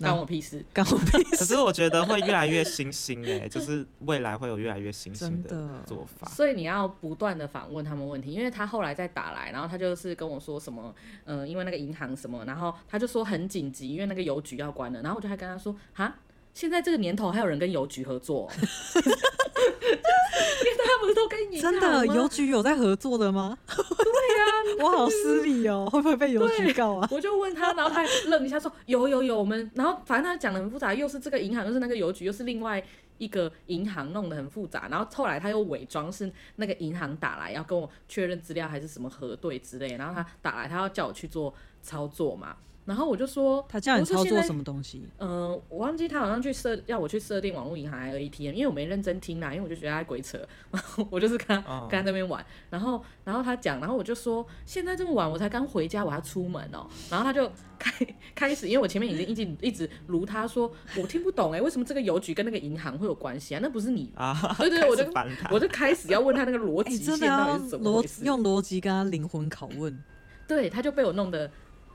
[SPEAKER 2] 干我屁事。
[SPEAKER 1] 干我屁
[SPEAKER 3] 可是我觉得会越来越新兴 哎、就是未来会有越来越新兴
[SPEAKER 1] 真的
[SPEAKER 3] 做法。
[SPEAKER 2] 所以你要不断的反问他们问题，因为他后来再打来，然后他就是跟我说什么，嗯、因为那个银行什么，然后他就说很紧急，因为那个邮局要关了，然后我就还跟他说，哈，现在这个年头还有人跟邮局合作哦、 因为他不是都跟银行
[SPEAKER 1] 真的
[SPEAKER 2] 吗
[SPEAKER 1] 邮局有在合作的吗？ 对呀、我好失礼哦，会不会被邮局告啊？
[SPEAKER 2] 我就问他，然后他还愣一下说：“有有有，我们。”然后反正他讲的很复杂，又是这个银行，又是那个邮局，又是另外一个银行，弄得很复杂。然后后来他又伪装是那个银行打来要跟我确认资料还是什么核对之类，然后他打来他要叫我去做操作嘛，然后我就说
[SPEAKER 1] 他叫你操作什
[SPEAKER 2] 么？
[SPEAKER 1] 么东西？
[SPEAKER 2] 嗯、我忘记他好像去设要我去设定网络银行还是 ATM，因为我没认真听啦，因为我就觉得他在鬼扯， 然后我就是跟他
[SPEAKER 3] 哦
[SPEAKER 2] 跟他在那边玩，然后然后他讲，然后我就说现在这么晚，我才刚回家，我还要出门哦、然后他就 开开始，因为我前面已经一直一直如他说，我听不懂哎、为什么这个邮局跟那个银行会有关系啊？那不是你，
[SPEAKER 3] 啊，
[SPEAKER 2] 对对对，我 就
[SPEAKER 3] 开始反弹
[SPEAKER 2] 我就开始要问他那个逻
[SPEAKER 1] 哎、
[SPEAKER 2] 辑
[SPEAKER 1] 真的
[SPEAKER 2] 线
[SPEAKER 1] 要
[SPEAKER 2] 到底是怎么回
[SPEAKER 1] 逻
[SPEAKER 2] 事，
[SPEAKER 1] 用逻辑跟他灵魂拷问，
[SPEAKER 2] 对，他就被我弄得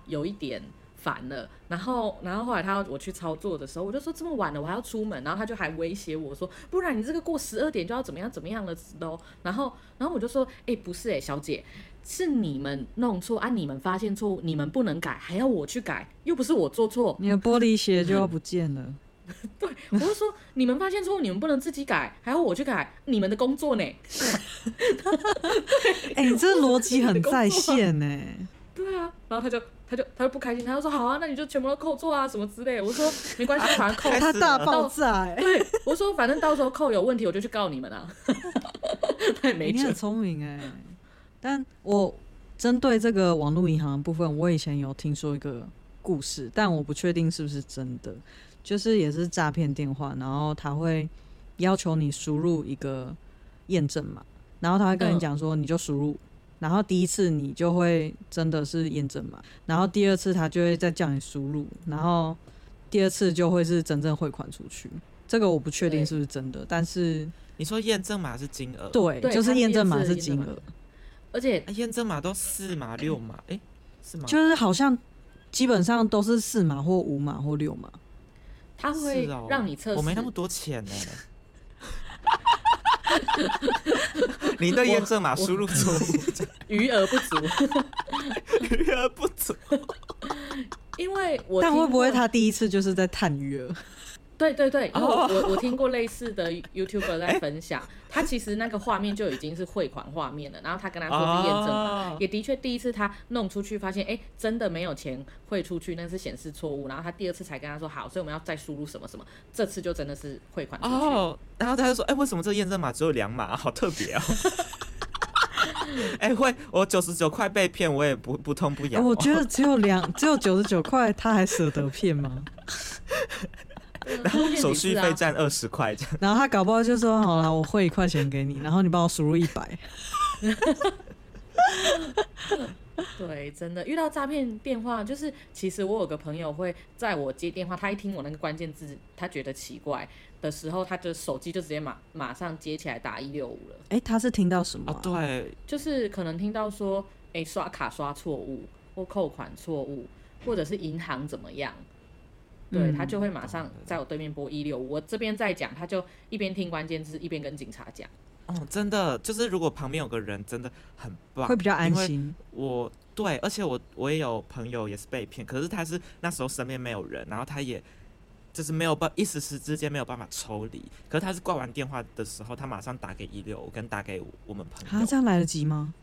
[SPEAKER 2] 有一点烦了。然后，然后后来他要我去操作的时候，我就说这么晚了，我还要出门。然后他就还威胁我说，不然你这个过十二点就要怎么样怎么样了喽。然后，然后我就说，哎、不是哎、小姐，是你们弄错啊，你们发现错误，你们不能改，还要我去改， 又不是我做错。
[SPEAKER 1] 你的玻璃鞋就要不见了。
[SPEAKER 2] 我就说，你们发现错误，你们不能自己改，还要我去改，你们的工作呢？
[SPEAKER 1] 哎、你这逻辑很在线呢、欸
[SPEAKER 2] 对啊，然后他就他就他就不开心，他就说好啊，那你就全部都扣错啊什么之类的。我说没关系，反正扣
[SPEAKER 1] 他大爆炸哎、
[SPEAKER 2] 对，我说反正到时候扣有问题，我就去告你 们啊。他也没
[SPEAKER 1] 你
[SPEAKER 2] 辙
[SPEAKER 1] 很，聪明
[SPEAKER 2] 欸
[SPEAKER 1] 哎、但我针对这个网络银行的部分，我以前有听说一个故事，但我不确定是不是真的。就是也是诈骗电话，然后他会要求你输入一个验证码，然后他会跟你
[SPEAKER 2] 嗯
[SPEAKER 1] 讲说你就输入，然后第一次你就会真的是验证码，然后第二次他就会再叫你输入，然后第二次就会是真正汇款出去。这个我不确定
[SPEAKER 2] 对
[SPEAKER 1] 是不是真的，但是
[SPEAKER 3] 你说验证码是金额，
[SPEAKER 1] 对，
[SPEAKER 2] 对
[SPEAKER 1] 就
[SPEAKER 2] 它
[SPEAKER 1] 是
[SPEAKER 2] 第
[SPEAKER 1] 验
[SPEAKER 2] 二
[SPEAKER 1] 证
[SPEAKER 2] 次
[SPEAKER 1] 码
[SPEAKER 2] 的
[SPEAKER 1] 是
[SPEAKER 2] 验证
[SPEAKER 1] 金
[SPEAKER 2] 码
[SPEAKER 1] 额，
[SPEAKER 2] 而且
[SPEAKER 3] 啊验证码都四码六码，诶，是吗？
[SPEAKER 1] 就是好像基本上都是四码或五码或六码。
[SPEAKER 2] 它会
[SPEAKER 3] 是哦
[SPEAKER 2] 让你测试，
[SPEAKER 3] 我没那么多钱呢、你的验证码输入错误，
[SPEAKER 2] 余额不足，
[SPEAKER 3] 余额不足。
[SPEAKER 2] 因为我
[SPEAKER 1] 但
[SPEAKER 2] 听
[SPEAKER 1] 会不会
[SPEAKER 2] 过
[SPEAKER 1] 他第一次就是在探啊余额？
[SPEAKER 2] 对对对，因为
[SPEAKER 3] 哦
[SPEAKER 2] 我我我听过类似的 YouTuber
[SPEAKER 1] 哎
[SPEAKER 2] 在分享，他其实那个画面就已经是汇款画面了，然后他跟他说是验证码，
[SPEAKER 3] 哦
[SPEAKER 2] 也的确第一次他弄出去发现，哎、真的没有钱汇出去，那是显示错误，然后他第二次才跟他说好，所以我们要再输入什么什么，这次就真的是汇款出去。
[SPEAKER 3] 哦，然后他就说：“哎、为什么这个验证码只有两码？好特别哦！”哎、会我九十九块被骗，我也不不痛不痒、
[SPEAKER 1] 哎
[SPEAKER 3] 哦
[SPEAKER 1] 我觉得只有两，只有九十九块，他还舍得骗吗？
[SPEAKER 2] 嗯
[SPEAKER 3] 然后手续费
[SPEAKER 2] 这
[SPEAKER 3] 占二十块这样，
[SPEAKER 1] 然后他搞不好就说：“好啦，我汇一块钱给你，然后你帮我输入一百。
[SPEAKER 2] 对，真的遇到诈骗电话，就是其实我有个朋友会在我接电话，他一听我那个关键字，他觉得奇怪的时候，他就手机就直接马马上接起来打一六五了。”
[SPEAKER 1] 哎，他是听到什么
[SPEAKER 3] 哦
[SPEAKER 1] 啊、，
[SPEAKER 3] 对，
[SPEAKER 2] 就是可能听到说，哎、刷卡刷错误，或扣款错误，或者是银行怎么样，对、
[SPEAKER 1] 嗯
[SPEAKER 2] 他就会马上在我对面拨一六五，我这边在讲，他就一边听关键字，一边跟警察讲。
[SPEAKER 3] 哦，真的，就是如果旁边有个人，真的很棒，
[SPEAKER 1] 会比较安
[SPEAKER 3] 因为
[SPEAKER 1] 心。
[SPEAKER 3] 我对，而且我我也有朋友也是被骗，可是他是那时候身边没有人，然后他也就是没有办一时时之间没有办法抽离。可是他是挂完电话的时候，他马上打给一六，跟打给我们朋
[SPEAKER 1] 啊，
[SPEAKER 3] 友，
[SPEAKER 1] 这样来得及吗？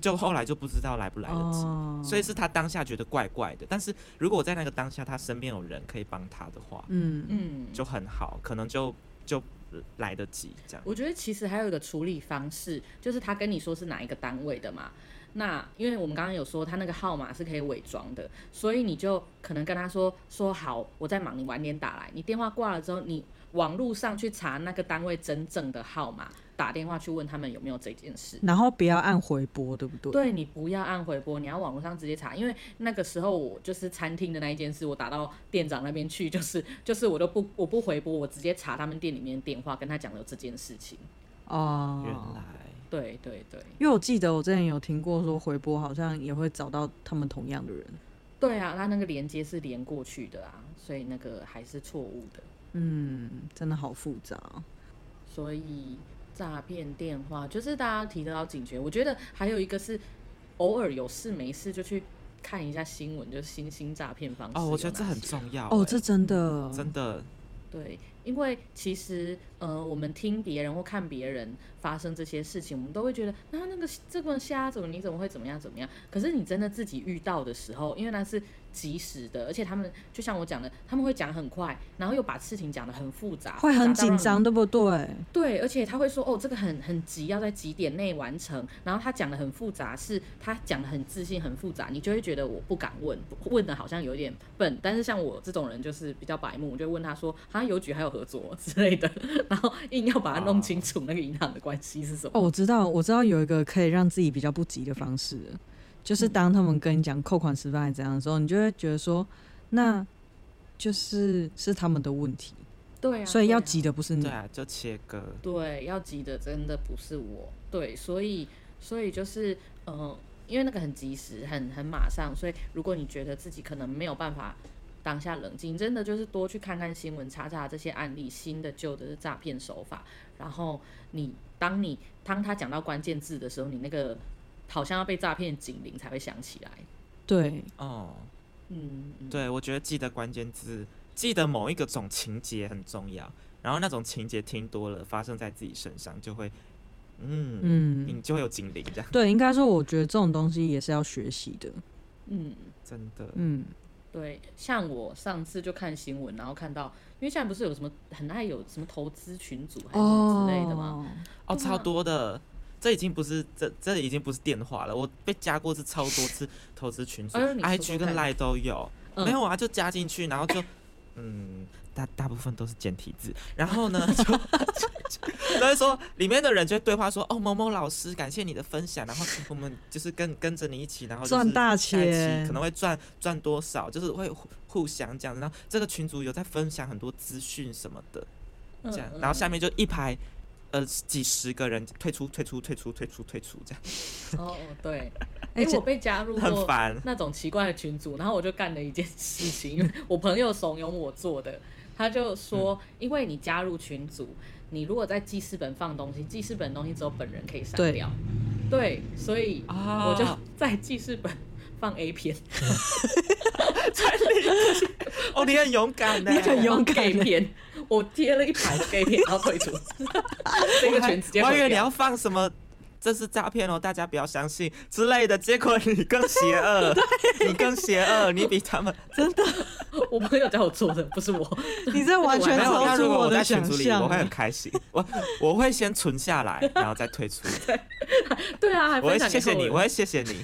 [SPEAKER 3] 就后来就不知道来不来得及。
[SPEAKER 1] 哦，
[SPEAKER 3] 所以是他当下觉得怪怪的，但是如果我在那个当下，他身边有人可以帮他的话，
[SPEAKER 1] 嗯，
[SPEAKER 2] 嗯，
[SPEAKER 3] 就很好，可能就就来得及这样。
[SPEAKER 2] 我觉得其实还有一个处理方式，就是他跟你说是哪一个单位的嘛。那因为我们刚刚有说他那个号码是可以伪装的，所以你就可能跟他说说好，我在忙，你晚点打来。你电话挂了之后，你网络上去查那个单位真正的号码，打电话去问他们有没有这件事。
[SPEAKER 1] 然后不要按回拨，对不对？
[SPEAKER 2] 对你不要按回拨，你要网络上直接查，因为那个时候我就是餐厅的那一件事，我打到店长那边去，就是 就是我都不我不回拨，我直接查他们店里面电话，跟他讲有这件事情。
[SPEAKER 1] 哦，
[SPEAKER 3] 原来
[SPEAKER 2] 对对对。
[SPEAKER 1] 因为我记得我之前有听过说回拨好像也会找到他们同样的人。
[SPEAKER 2] 对啊，它那个连接是连过去的啊，所以那个还是错误的。
[SPEAKER 1] 嗯，真的好复杂哦、
[SPEAKER 2] 所以诈骗电话就是大家提到警觉，我觉得还有一个是偶尔有事没事就去看一下新闻，就是新兴诈骗方式有
[SPEAKER 3] 哦，
[SPEAKER 2] 哪些。
[SPEAKER 3] 我觉得这很重要、
[SPEAKER 1] 哦，
[SPEAKER 3] 欸
[SPEAKER 1] 这真的
[SPEAKER 3] 真的
[SPEAKER 2] 对，因为其实呃，我们听别人或看别人发生这些事情，我们都会觉得啊那那个这个瞎怎么你怎么会怎么样怎么样？可是你真的自己遇到的时候，因为那是及时的，而且他们就像我讲的，他们会讲很快，然后又把事情讲得很复杂，
[SPEAKER 1] 会
[SPEAKER 2] 复杂
[SPEAKER 1] 很
[SPEAKER 2] 到让
[SPEAKER 1] 紧
[SPEAKER 2] 你
[SPEAKER 1] 张，对不对？
[SPEAKER 2] 对，而且他会说哦，这个很很急，要在几点内完成。然后他讲的很复杂，是他讲的很自信，很复杂，你就会觉得我不敢问，问的好像有点笨。但是像我这种人就是比较白目，我就会问他说，好像邮局还有合作之类的，然后硬要把它弄清楚那个银行的关系是什么。
[SPEAKER 1] 哦，我知道，我知道有一个可以让自己比较不急的方式了，就是
[SPEAKER 3] 嗯
[SPEAKER 1] 当他们跟你讲扣款失败怎样的时候，你就会觉得说，那就是是他们的问题，
[SPEAKER 2] 对啊，
[SPEAKER 1] 所以
[SPEAKER 2] 对
[SPEAKER 1] 要
[SPEAKER 2] 啊
[SPEAKER 1] 急的不是你。
[SPEAKER 3] 对啊，就切割。
[SPEAKER 2] 对，要急的真的不是我。对，所以所以就是呃，因为那个很及时，很很马上，所以如果你觉得自己可能没有办法当下冷静，真的就是多去看看新闻，查查这些案例，新的旧的诈骗手法。然后你当你当他讲到关键字的时候，你那个好像要被诈骗警铃才会响起来。
[SPEAKER 1] 对
[SPEAKER 3] 哦，
[SPEAKER 2] 嗯，嗯
[SPEAKER 3] 对，我觉得记得关键字，记得某一个种情节很重要。然后那种情节听多了，发生在自己身上，就会，嗯，
[SPEAKER 1] 嗯，
[SPEAKER 3] 你就会有警铃这样。
[SPEAKER 1] 对，应该说，我觉得这种东西也是要学习的。
[SPEAKER 2] 嗯。
[SPEAKER 3] 真的，
[SPEAKER 1] 嗯，
[SPEAKER 2] 对，像我上次就看新闻，然后看到，因为现在不是有什么很爱有什么投资群组
[SPEAKER 3] 哎
[SPEAKER 2] 还是什么之类的吗？
[SPEAKER 1] 哦，
[SPEAKER 3] 哦，
[SPEAKER 2] 对啊
[SPEAKER 3] 超多的。这已经不是这这已经不是电话了，我被加过是超多次投资群组、
[SPEAKER 2] 哎呦你说
[SPEAKER 3] i g
[SPEAKER 2] 说
[SPEAKER 3] 跟
[SPEAKER 2] 看
[SPEAKER 3] Line 都有，
[SPEAKER 2] 嗯
[SPEAKER 3] 没有啊，就加进去，然后就嗯，大大部分都是简体字。然后呢， 就 就就所以说里面的人就会对话说：“哦，某某老师，感谢你的分享，然后我们就是跟跟着你一起，然后就是
[SPEAKER 1] 赚大
[SPEAKER 3] 下一期
[SPEAKER 1] 钱
[SPEAKER 3] 可能会赚赚多少，就是会互互相这样子。然后这个群组有在分享很多资讯什么的，
[SPEAKER 2] 嗯
[SPEAKER 1] 嗯
[SPEAKER 3] 这样，然后下面就一排。”呃，几十个人退出，退出，退出，退出，退出，这样
[SPEAKER 2] 哦哦对，
[SPEAKER 1] 而
[SPEAKER 2] 哎、
[SPEAKER 1] 且
[SPEAKER 2] 我被加入
[SPEAKER 3] 很
[SPEAKER 2] 过
[SPEAKER 3] 烦。
[SPEAKER 2] 那种奇怪的群组，然后我就干了一件事情，因为我朋友怂恿我做的。他就说，
[SPEAKER 3] 嗯
[SPEAKER 2] 因为你加入群组，你如果在记事本放东西，记事本的东西只有本人可以删
[SPEAKER 1] 对哦
[SPEAKER 2] 掉。对，所以
[SPEAKER 3] 啊
[SPEAKER 2] 我就 在记事本放 A 片，
[SPEAKER 3] 哦，你很勇敢呢，
[SPEAKER 1] 你很勇
[SPEAKER 2] 放
[SPEAKER 1] 敢
[SPEAKER 2] gay 片，我贴了一排 gay 片，然后退出 这个群直接
[SPEAKER 3] 我还
[SPEAKER 2] 毁
[SPEAKER 3] 以为你
[SPEAKER 2] 掉
[SPEAKER 3] 要放什么。这是诈骗哦，大家不要相信之类的。结果你更 邪恶，你更邪恶，你比他们。
[SPEAKER 2] 我朋友叫我做的，不是我。
[SPEAKER 1] 你这完全
[SPEAKER 3] 没有，
[SPEAKER 1] 超
[SPEAKER 3] 那
[SPEAKER 1] 出
[SPEAKER 3] 如果
[SPEAKER 1] 的
[SPEAKER 3] 在群
[SPEAKER 1] 想
[SPEAKER 3] 组里，
[SPEAKER 1] 象
[SPEAKER 3] 我会。很开心。我我会先存下来， 然后再退出。
[SPEAKER 2] 对啊，还
[SPEAKER 3] 我
[SPEAKER 2] 分
[SPEAKER 3] 会
[SPEAKER 2] 享给
[SPEAKER 3] 谢谢
[SPEAKER 2] 后
[SPEAKER 3] 你，
[SPEAKER 2] 人
[SPEAKER 3] 我会谢谢你。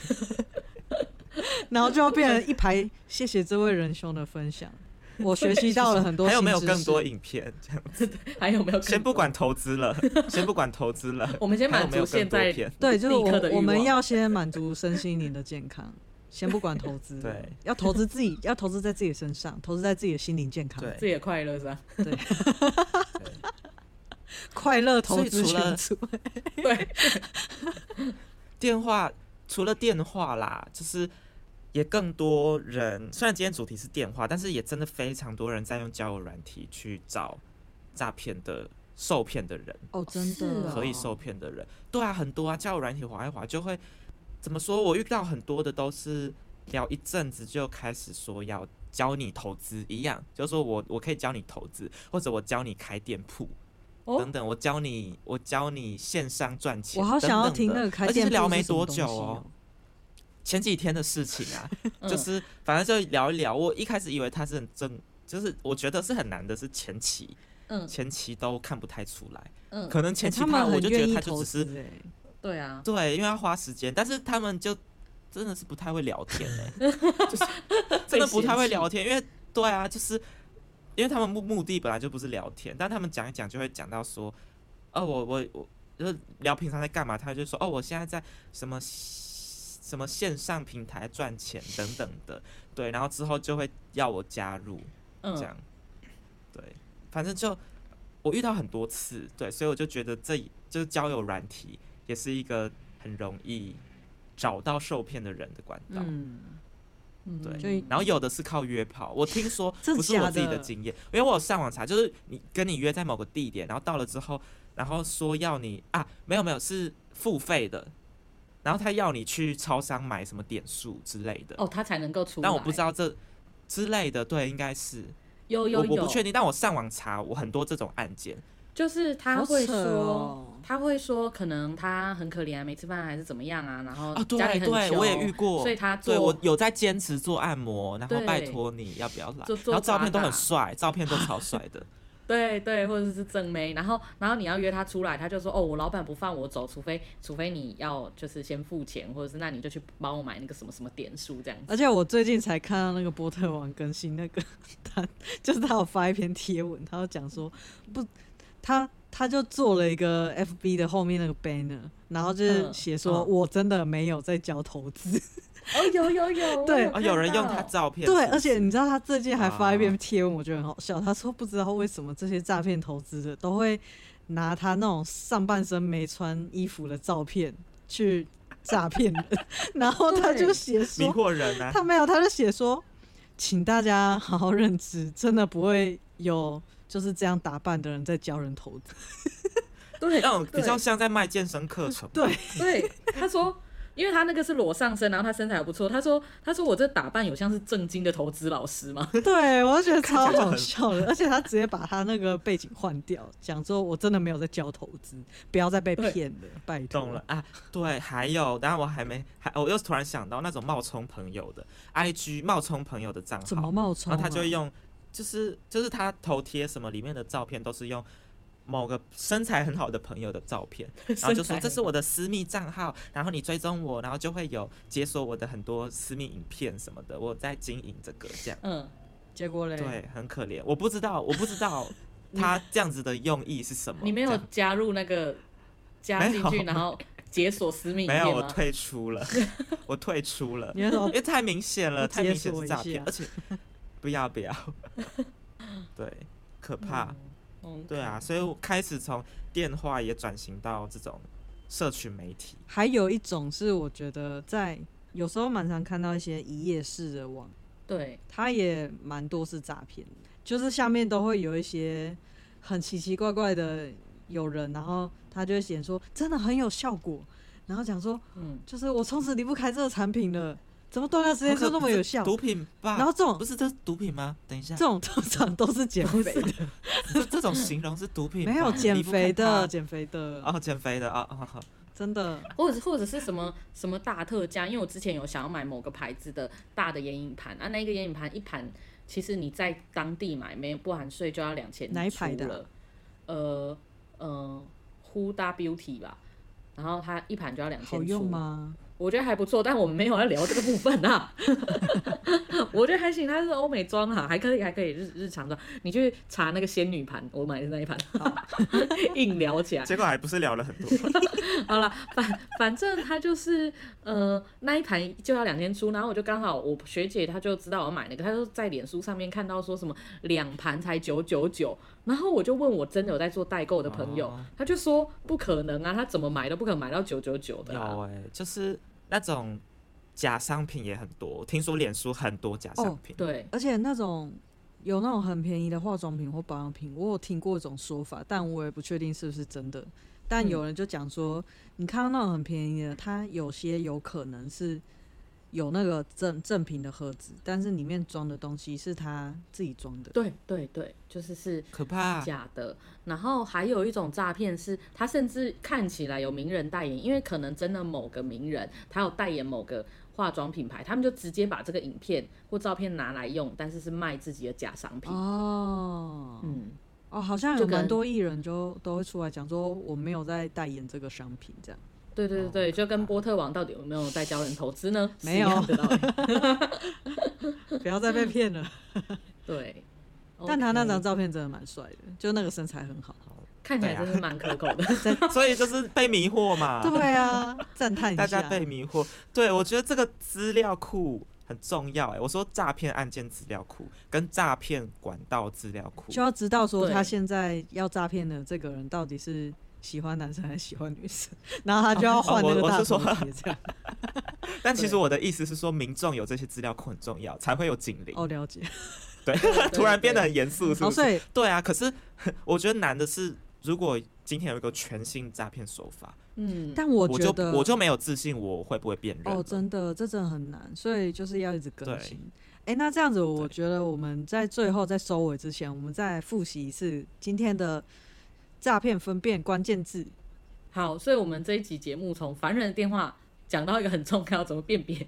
[SPEAKER 1] 然后就要变成一排，谢谢这位仁兄的分 享，我学习到了很多。
[SPEAKER 3] 还有没有更多？影片？这样
[SPEAKER 2] 还有没有？
[SPEAKER 3] 先不，管投 资了，先不管投资了。
[SPEAKER 2] 我们先
[SPEAKER 3] 还有
[SPEAKER 2] 满
[SPEAKER 3] 没有
[SPEAKER 2] 足现
[SPEAKER 3] 更多
[SPEAKER 2] 在
[SPEAKER 3] 片？
[SPEAKER 1] 对，就是
[SPEAKER 2] 立刻的欲
[SPEAKER 1] 我
[SPEAKER 2] 望
[SPEAKER 1] 我们要先满足身心灵的健康，先不管投资，
[SPEAKER 3] 对，
[SPEAKER 1] 要投资自己，要 投资在自己身上，投资在自己的心灵健康，
[SPEAKER 3] 对
[SPEAKER 2] 自己的快乐是吧？
[SPEAKER 1] 快乐投资
[SPEAKER 3] 所以除
[SPEAKER 1] 群
[SPEAKER 3] 了
[SPEAKER 1] 组，
[SPEAKER 2] 对，
[SPEAKER 3] 电话除了电话啦，就是也更多人。虽然今天主题是电话，但是也真的非常多人在用交友软体去找诈骗的、受骗的人，
[SPEAKER 1] 哦，真
[SPEAKER 2] 是哦
[SPEAKER 1] 的
[SPEAKER 3] 可以受骗的人。对啊，很多啊，交友软体滑一滑就会怎么说？我遇到很多的都是聊一阵子就开始说要教你投资一样，就是说我我可以教你投资，或者我教你开店铺。
[SPEAKER 2] 哦
[SPEAKER 3] 等等，我教你，我教你线上赚钱。
[SPEAKER 1] 我好想要
[SPEAKER 3] 等等
[SPEAKER 1] 听
[SPEAKER 3] 的
[SPEAKER 1] 那个开
[SPEAKER 3] 而且
[SPEAKER 1] 店
[SPEAKER 3] 是
[SPEAKER 1] 铺
[SPEAKER 3] 聊没
[SPEAKER 1] 是什么
[SPEAKER 3] 多
[SPEAKER 1] 东
[SPEAKER 3] 久
[SPEAKER 1] 西
[SPEAKER 3] 哦，前几天的事情啊，
[SPEAKER 2] 嗯
[SPEAKER 3] 就是反正就聊一聊。我一开始以为他是很正，就是我觉得是很难的，是前期
[SPEAKER 2] 嗯
[SPEAKER 3] 前期都看不太出来，
[SPEAKER 2] 嗯，
[SPEAKER 3] 可能前期
[SPEAKER 1] 哎他们
[SPEAKER 3] 我
[SPEAKER 1] 很
[SPEAKER 3] 就觉
[SPEAKER 1] 愿
[SPEAKER 3] 得
[SPEAKER 1] 意
[SPEAKER 3] 他就
[SPEAKER 1] 投
[SPEAKER 3] 只
[SPEAKER 1] 资
[SPEAKER 3] 是
[SPEAKER 1] 哎，
[SPEAKER 2] 对啊，
[SPEAKER 3] 对，因为要花时间，但是他们就真的是不太会聊天哎、就是真的不太会聊天，因为对啊，就是因为他们目目的本来就不是聊天，但他们讲一讲就会讲到说，哦，我我我就是聊平常在干嘛，他就说哦，我现在在什么什么线上平台赚钱等等的，对，然后之后就会要我加入，这
[SPEAKER 2] 嗯，
[SPEAKER 3] 样。对，反正就我遇到很多次，对，所以我就觉得这就是交友软体也是一个很容易找到受骗的人的管道。
[SPEAKER 1] 嗯，
[SPEAKER 2] 嗯
[SPEAKER 3] 对
[SPEAKER 1] 就
[SPEAKER 3] 然后有的是靠约炮，我听说
[SPEAKER 1] 真
[SPEAKER 3] 不是我
[SPEAKER 1] 假
[SPEAKER 3] 自己的
[SPEAKER 1] 的
[SPEAKER 3] 经验，因为我有上网查，就是你跟你约在某个地点，然后到了之后，然后说要你啊，没有没有是付费的，然后他要你去超商买什么点数之类的，
[SPEAKER 2] 哦，他才能够出来。
[SPEAKER 3] 但我不知道这之类的，对，应该是，
[SPEAKER 2] 有
[SPEAKER 3] 我
[SPEAKER 2] 有
[SPEAKER 3] 我不
[SPEAKER 2] 有，
[SPEAKER 3] 确定，但我上网查，我很多这种案件，
[SPEAKER 2] 就是他
[SPEAKER 1] 好
[SPEAKER 2] 会
[SPEAKER 1] 扯
[SPEAKER 2] 说，
[SPEAKER 1] 哦
[SPEAKER 2] 他会说，可能他很可怜啊，没吃饭还是怎么样啊，然后
[SPEAKER 1] 哦
[SPEAKER 3] 啊，对
[SPEAKER 2] 家里很
[SPEAKER 3] 对，
[SPEAKER 2] 穷，
[SPEAKER 3] 我也遇过，
[SPEAKER 2] 所以他做
[SPEAKER 3] 对我有在坚持做按摩，然后
[SPEAKER 2] 对
[SPEAKER 3] 拜托你要不要来，
[SPEAKER 2] 就做
[SPEAKER 3] 然后照片都
[SPEAKER 2] 打
[SPEAKER 3] 很
[SPEAKER 2] 打
[SPEAKER 3] 帅，照 片都超帅的，
[SPEAKER 2] 对对，或者是正妹，然后然后你要约他出来，他就说哦，我老板不放我走，除非除非你要就是先付钱，或者是那你就去帮我买那个什么什么点数这样 子。
[SPEAKER 1] 而且我最近才看到那个波特王更新那个他，就是他有发一篇贴文，他就讲说不，他他就做了一个 FB 的后面那个 banner，然后就是
[SPEAKER 2] 嗯
[SPEAKER 1] 写说、
[SPEAKER 3] 嗯
[SPEAKER 1] 我真的没有在教投资，
[SPEAKER 2] 哦，有有有，
[SPEAKER 1] 对
[SPEAKER 2] 我
[SPEAKER 3] 啊，
[SPEAKER 2] 看
[SPEAKER 3] 有人用
[SPEAKER 2] 到
[SPEAKER 3] 他照片，
[SPEAKER 1] 对，
[SPEAKER 3] 是不
[SPEAKER 1] 而且
[SPEAKER 3] 是
[SPEAKER 1] 你知道他最近还发一
[SPEAKER 3] 啊
[SPEAKER 1] 篇贴文，我觉得很好笑，他说不知道为什么这些诈骗投资者都会拿他那种上半身没穿衣服的照片去诈骗人， 然后他就
[SPEAKER 2] 对
[SPEAKER 1] 写
[SPEAKER 3] 迷
[SPEAKER 1] 说
[SPEAKER 3] 惑人啊，
[SPEAKER 1] 他没有，他就写说，请大家好好认知，真的不会有就是这样打扮的人在教人投资。
[SPEAKER 2] 对
[SPEAKER 3] 那种比
[SPEAKER 2] 对
[SPEAKER 3] 较像在卖健身课程，
[SPEAKER 1] 对，
[SPEAKER 2] 对，他说，因为他那个是裸上身，然后他身材又不错。他说，他说我这打扮有像是正经的投资老师 吗？
[SPEAKER 3] 嗯
[SPEAKER 1] 对我就觉得超
[SPEAKER 3] 看起来就
[SPEAKER 1] 好
[SPEAKER 3] 很
[SPEAKER 1] 笑的，而且他直接把他那个背景换掉，讲说我真的没有在教投资，不要再被
[SPEAKER 2] 对
[SPEAKER 1] 骗了，拜托。
[SPEAKER 3] 懂了，啊，对，还有，当然我还没，还我又突然想到那种冒充朋友的 IG 冒充朋友的账
[SPEAKER 1] 怎
[SPEAKER 3] 号
[SPEAKER 1] 么，冒充、
[SPEAKER 3] 然
[SPEAKER 1] 啊？
[SPEAKER 3] 后他就会用，就是就是他头贴什么里面的照片都是用某个身材很好的朋友的照 片，然后就说
[SPEAKER 2] 身材
[SPEAKER 3] 这是我的私密账号，然后你追踪我，然后就会有解锁我的很多私密影片什么的，我在经营这个这样。
[SPEAKER 2] 嗯，
[SPEAKER 1] 结果嘞，
[SPEAKER 3] 对，很可怜。我不知道，我不知 道他这样子的用意是什么。
[SPEAKER 2] 你没
[SPEAKER 3] 这
[SPEAKER 2] 有
[SPEAKER 3] 样
[SPEAKER 2] 加入那个加进
[SPEAKER 3] 没
[SPEAKER 2] 去，
[SPEAKER 3] 有
[SPEAKER 2] 然后解锁私密影
[SPEAKER 3] 没有，
[SPEAKER 2] 片
[SPEAKER 3] 我
[SPEAKER 2] 吗？
[SPEAKER 3] 退出了， 我退出 了，
[SPEAKER 1] 你那时候
[SPEAKER 3] 因为太明显了，
[SPEAKER 1] 我
[SPEAKER 3] 太明
[SPEAKER 1] 解
[SPEAKER 3] 显
[SPEAKER 1] 锁
[SPEAKER 3] 是
[SPEAKER 1] 一
[SPEAKER 3] 诈骗
[SPEAKER 1] 下，
[SPEAKER 3] 而且不要不要， 对，可怕，
[SPEAKER 2] 嗯，
[SPEAKER 3] 对啊，所以我开始从电话也转型到这种社群媒体，
[SPEAKER 1] 还有一种是我觉得在有时候蛮常看到一些一夜式的网，
[SPEAKER 2] 对，
[SPEAKER 1] 它也蛮多是诈骗的，就是下面都会有一些很奇奇怪怪的有人，然后他就会写说真的很有效果，然后讲说
[SPEAKER 2] 嗯，
[SPEAKER 1] 就是我从此离不开这个产品了，怎么短短时间就那么有效？
[SPEAKER 3] 毒品吧？
[SPEAKER 1] 然后这种
[SPEAKER 3] 不是这是毒品吗？等一下
[SPEAKER 1] 这，种通常都是减肥的，
[SPEAKER 3] 这这种形容是毒品吧，
[SPEAKER 1] 没有减
[SPEAKER 3] 离不
[SPEAKER 1] 肥
[SPEAKER 3] 开
[SPEAKER 1] 的，
[SPEAKER 3] 它
[SPEAKER 1] 减肥的，
[SPEAKER 3] 哦，减肥的啊啊， 啊
[SPEAKER 1] 真的
[SPEAKER 2] 或者或者是什么什么大特价，因为我之前有想要买某个牌子的大的眼影盘啊，那一个眼影盘一盘，其实你在当地买没有不含税就要两千，
[SPEAKER 1] 哪一牌的啊
[SPEAKER 2] 了？呃呃，Huda Beauty 吧，然后它一盘就要两千，
[SPEAKER 1] 好用？吗？
[SPEAKER 2] 我觉得还不错，但我们没有要聊这个部分啊。 我觉得还行，它是欧美妆哈、还可以，还可以日日常妆。你去查那个仙女盘，我买的那一盘， 硬聊起来。
[SPEAKER 3] 结果还不是聊了很多，
[SPEAKER 2] 好了，反反正他就是呃那一盘就要两千出，然后我就刚好我学姐她就知道我买那个，她就在脸书上面看到说什么两盘才九九九，然后我就问我真的有在做代购的朋友，
[SPEAKER 3] 哦
[SPEAKER 2] 她就说不可能啊，她怎么买都不可能买到九九九的、啊
[SPEAKER 3] 有。哎、就是那种假商品也很多，听说脸书很多假商
[SPEAKER 1] 哦
[SPEAKER 3] 品，
[SPEAKER 2] 对，
[SPEAKER 1] 而且那种有那种很便宜的化妆品或保养品，我有听过一种说法，但我也不确定是不是真的。但
[SPEAKER 2] 嗯
[SPEAKER 1] 有人就讲说，你看到那种很便宜的，它有些有可能是有那个正正品的盒子，但是里面装的东西是他自己装的。
[SPEAKER 2] 对对对，就是是
[SPEAKER 3] 可
[SPEAKER 1] 啊
[SPEAKER 3] 怕，
[SPEAKER 2] 假的。然后还有一种诈骗是，他甚至看起来有名人代言，因为可能真的某个名人他有代言某个化妆品牌，他们就直接把这个影片或照片拿来用，但是是卖自己的假商品。
[SPEAKER 1] 哦，
[SPEAKER 2] 嗯，
[SPEAKER 1] 哦，好像
[SPEAKER 2] 就
[SPEAKER 1] 有
[SPEAKER 2] 可能
[SPEAKER 1] 蛮多艺人就都会出来讲说，我没有在代言这个商品，这 样
[SPEAKER 2] 对对对对，
[SPEAKER 3] 哦
[SPEAKER 2] 就跟波特王到底有没有在教人投资呢？ 是
[SPEAKER 1] 没
[SPEAKER 2] 一
[SPEAKER 1] 有
[SPEAKER 2] 样的道理
[SPEAKER 1] 不要再被骗 了。
[SPEAKER 2] 对，
[SPEAKER 1] 但他那
[SPEAKER 2] OK，
[SPEAKER 1] 张照片真的蛮帅的，就那个身材很好。
[SPEAKER 2] 看起来真是蛮可口的。
[SPEAKER 1] 啊
[SPEAKER 3] 所以就是被迷惑嘛，
[SPEAKER 1] 对 啊，赞叹一
[SPEAKER 3] 大
[SPEAKER 1] 下。
[SPEAKER 3] 家被迷惑。对，我觉得这个资料库很重要哎、我说诈骗案件资料库跟诈骗管道资料库
[SPEAKER 1] 就，要知道说
[SPEAKER 2] 对
[SPEAKER 1] 他现在要诈骗的这个人到底是喜欢男生还是喜欢女生， 然后他就要换那个
[SPEAKER 3] 哦我
[SPEAKER 1] 大
[SPEAKER 3] 我是
[SPEAKER 1] 头
[SPEAKER 3] 说
[SPEAKER 1] 贴这 样。
[SPEAKER 3] 但其实我的意思是说，民众有这些资料库很重要，才会有警铃。
[SPEAKER 1] 哦，了解。
[SPEAKER 3] 对，
[SPEAKER 2] 对
[SPEAKER 3] 突然变得
[SPEAKER 2] 对
[SPEAKER 3] 很严肃，是
[SPEAKER 1] 哦，
[SPEAKER 3] 不是？
[SPEAKER 1] 所以
[SPEAKER 3] 对啊，可是我觉得难的是，如果今天有一个全新诈骗手法，
[SPEAKER 2] 嗯，
[SPEAKER 1] 但我
[SPEAKER 3] 我
[SPEAKER 1] 觉
[SPEAKER 3] 就
[SPEAKER 1] 得
[SPEAKER 3] 我就没有自信，我会不会辨认了？
[SPEAKER 1] 哦，真的这真的很难，所以就是要一直更
[SPEAKER 3] 对
[SPEAKER 1] 新。哎、那这样子，我
[SPEAKER 3] 对
[SPEAKER 1] 觉得我们在最后在收尾之前，我们再复习一次今天的诈骗分辨关键字。
[SPEAKER 2] 好，所以我们这一集节目从凡人的电话讲到一个很重要，怎么辨别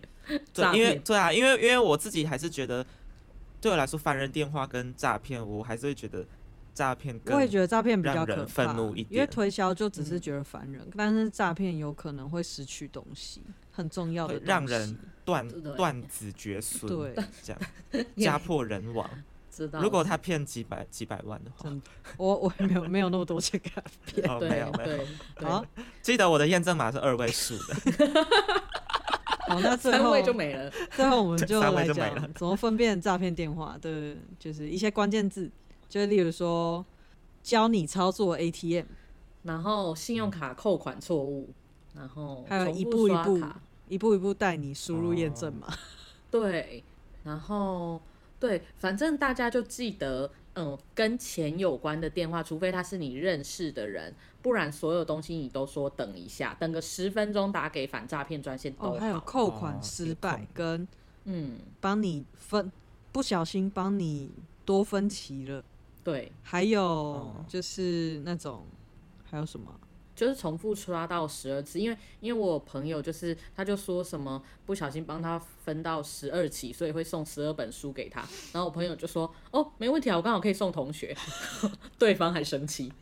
[SPEAKER 2] 诈
[SPEAKER 3] 对，因为
[SPEAKER 2] 骗？
[SPEAKER 3] 对啊，因为因为我自己还是觉得，对我来说，凡人电话跟诈骗，我还是会觉得诈骗更
[SPEAKER 1] 我也觉得诈骗比较
[SPEAKER 3] 让
[SPEAKER 1] 可怕，
[SPEAKER 3] 人愤怒一
[SPEAKER 1] 因为
[SPEAKER 3] 点
[SPEAKER 1] 推销就只是
[SPEAKER 2] 嗯
[SPEAKER 1] 觉得烦人，但是诈骗有可能会失去东西，很重要的
[SPEAKER 3] 会
[SPEAKER 1] 东西，
[SPEAKER 3] 让人断
[SPEAKER 2] 对
[SPEAKER 3] 断子绝孙，
[SPEAKER 1] 对，
[SPEAKER 3] 这 样家破人亡。
[SPEAKER 2] 知道。
[SPEAKER 3] 如果他骗几百几百万的话
[SPEAKER 1] 真， 我我也没有没有那么多钱给他骗。
[SPEAKER 3] 哦，
[SPEAKER 2] 对
[SPEAKER 3] 没有没有
[SPEAKER 2] 对，对
[SPEAKER 1] 好，
[SPEAKER 3] 记得我的验证码是二位数的，
[SPEAKER 1] 好，那最
[SPEAKER 2] 三
[SPEAKER 1] 后
[SPEAKER 2] 位就没了。
[SPEAKER 1] 最后我们就
[SPEAKER 3] 三位
[SPEAKER 1] 来
[SPEAKER 3] 就没
[SPEAKER 1] 讲
[SPEAKER 3] 了
[SPEAKER 1] 怎么分辨诈骗电话的，就是一些关键字，就例如说教你操作 ATM，
[SPEAKER 2] 然后信用卡扣款错误，然后
[SPEAKER 1] 还有
[SPEAKER 2] 重
[SPEAKER 1] 一
[SPEAKER 2] 复
[SPEAKER 1] 步一
[SPEAKER 2] 刷
[SPEAKER 1] 步
[SPEAKER 2] 卡
[SPEAKER 1] 一步一步带你输入验证码。
[SPEAKER 2] 对，然后对，反正大家就记得，嗯，跟钱有关的电话，除非他是你认识的人，不然所有东西你都说等一下，等个十分钟打给反诈骗专线都
[SPEAKER 1] 哦，还有
[SPEAKER 2] 好。
[SPEAKER 1] 扣款
[SPEAKER 3] 哦
[SPEAKER 1] 失
[SPEAKER 3] 有
[SPEAKER 1] 败
[SPEAKER 3] 空
[SPEAKER 1] 跟
[SPEAKER 2] 嗯，
[SPEAKER 1] 帮你分，不小心帮你多分歧了，
[SPEAKER 2] 对，
[SPEAKER 1] 还有
[SPEAKER 3] 哦
[SPEAKER 1] 就是那种、还有什么啊？
[SPEAKER 2] 就是重复刷到十二次，因为因为我有朋友就是他就说什么不小心帮他分到十二期，所以会送十二本书给他。然后我朋友就说：“哦，没问题啊，我刚好可以送同学。” 对方还生气，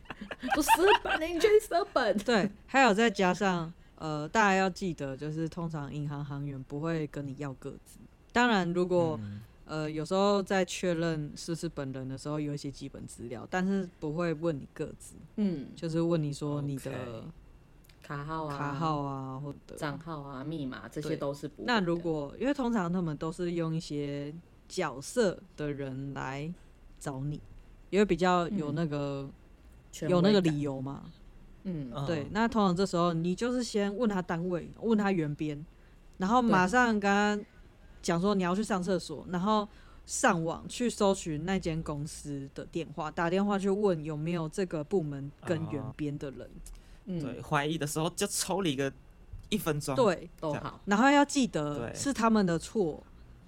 [SPEAKER 2] 说十二本呢，你居然十二 本？
[SPEAKER 1] 对，还有再加上呃，大家要记得，就是通常银行行员不会跟你要个资。当然，如果
[SPEAKER 3] 嗯
[SPEAKER 1] 呃，有时候在确认是不是本人的时候，有一些基本资料，但是不会问你个子，
[SPEAKER 2] 嗯，
[SPEAKER 1] 就是问你说你的
[SPEAKER 3] OK
[SPEAKER 2] 卡号啊、
[SPEAKER 1] 卡号啊，或者
[SPEAKER 2] 账号啊、密码这
[SPEAKER 1] 对
[SPEAKER 2] 些都是不会的。
[SPEAKER 1] 那如果因为通常他们都是用一些角色的人来找你，因为比较有那个、
[SPEAKER 2] 嗯权
[SPEAKER 1] 有那
[SPEAKER 2] 威
[SPEAKER 1] 个
[SPEAKER 2] 感
[SPEAKER 1] 理，由嘛。
[SPEAKER 2] 嗯，
[SPEAKER 3] 嗯
[SPEAKER 1] 对，那通常这时候你就是先问他单位，问他原编，然后马上跟他讲说你要去上厕所，然后上网去搜寻那间公司的电话，打电话去问有没有这个部门跟原
[SPEAKER 3] 哦
[SPEAKER 1] 编的人。
[SPEAKER 2] 嗯，
[SPEAKER 3] 对，怀疑的时候就抽离个一分钟，
[SPEAKER 1] 对，
[SPEAKER 2] 都
[SPEAKER 3] 这样
[SPEAKER 2] 好，
[SPEAKER 1] 然后要记得
[SPEAKER 3] 对
[SPEAKER 1] 是他们的错，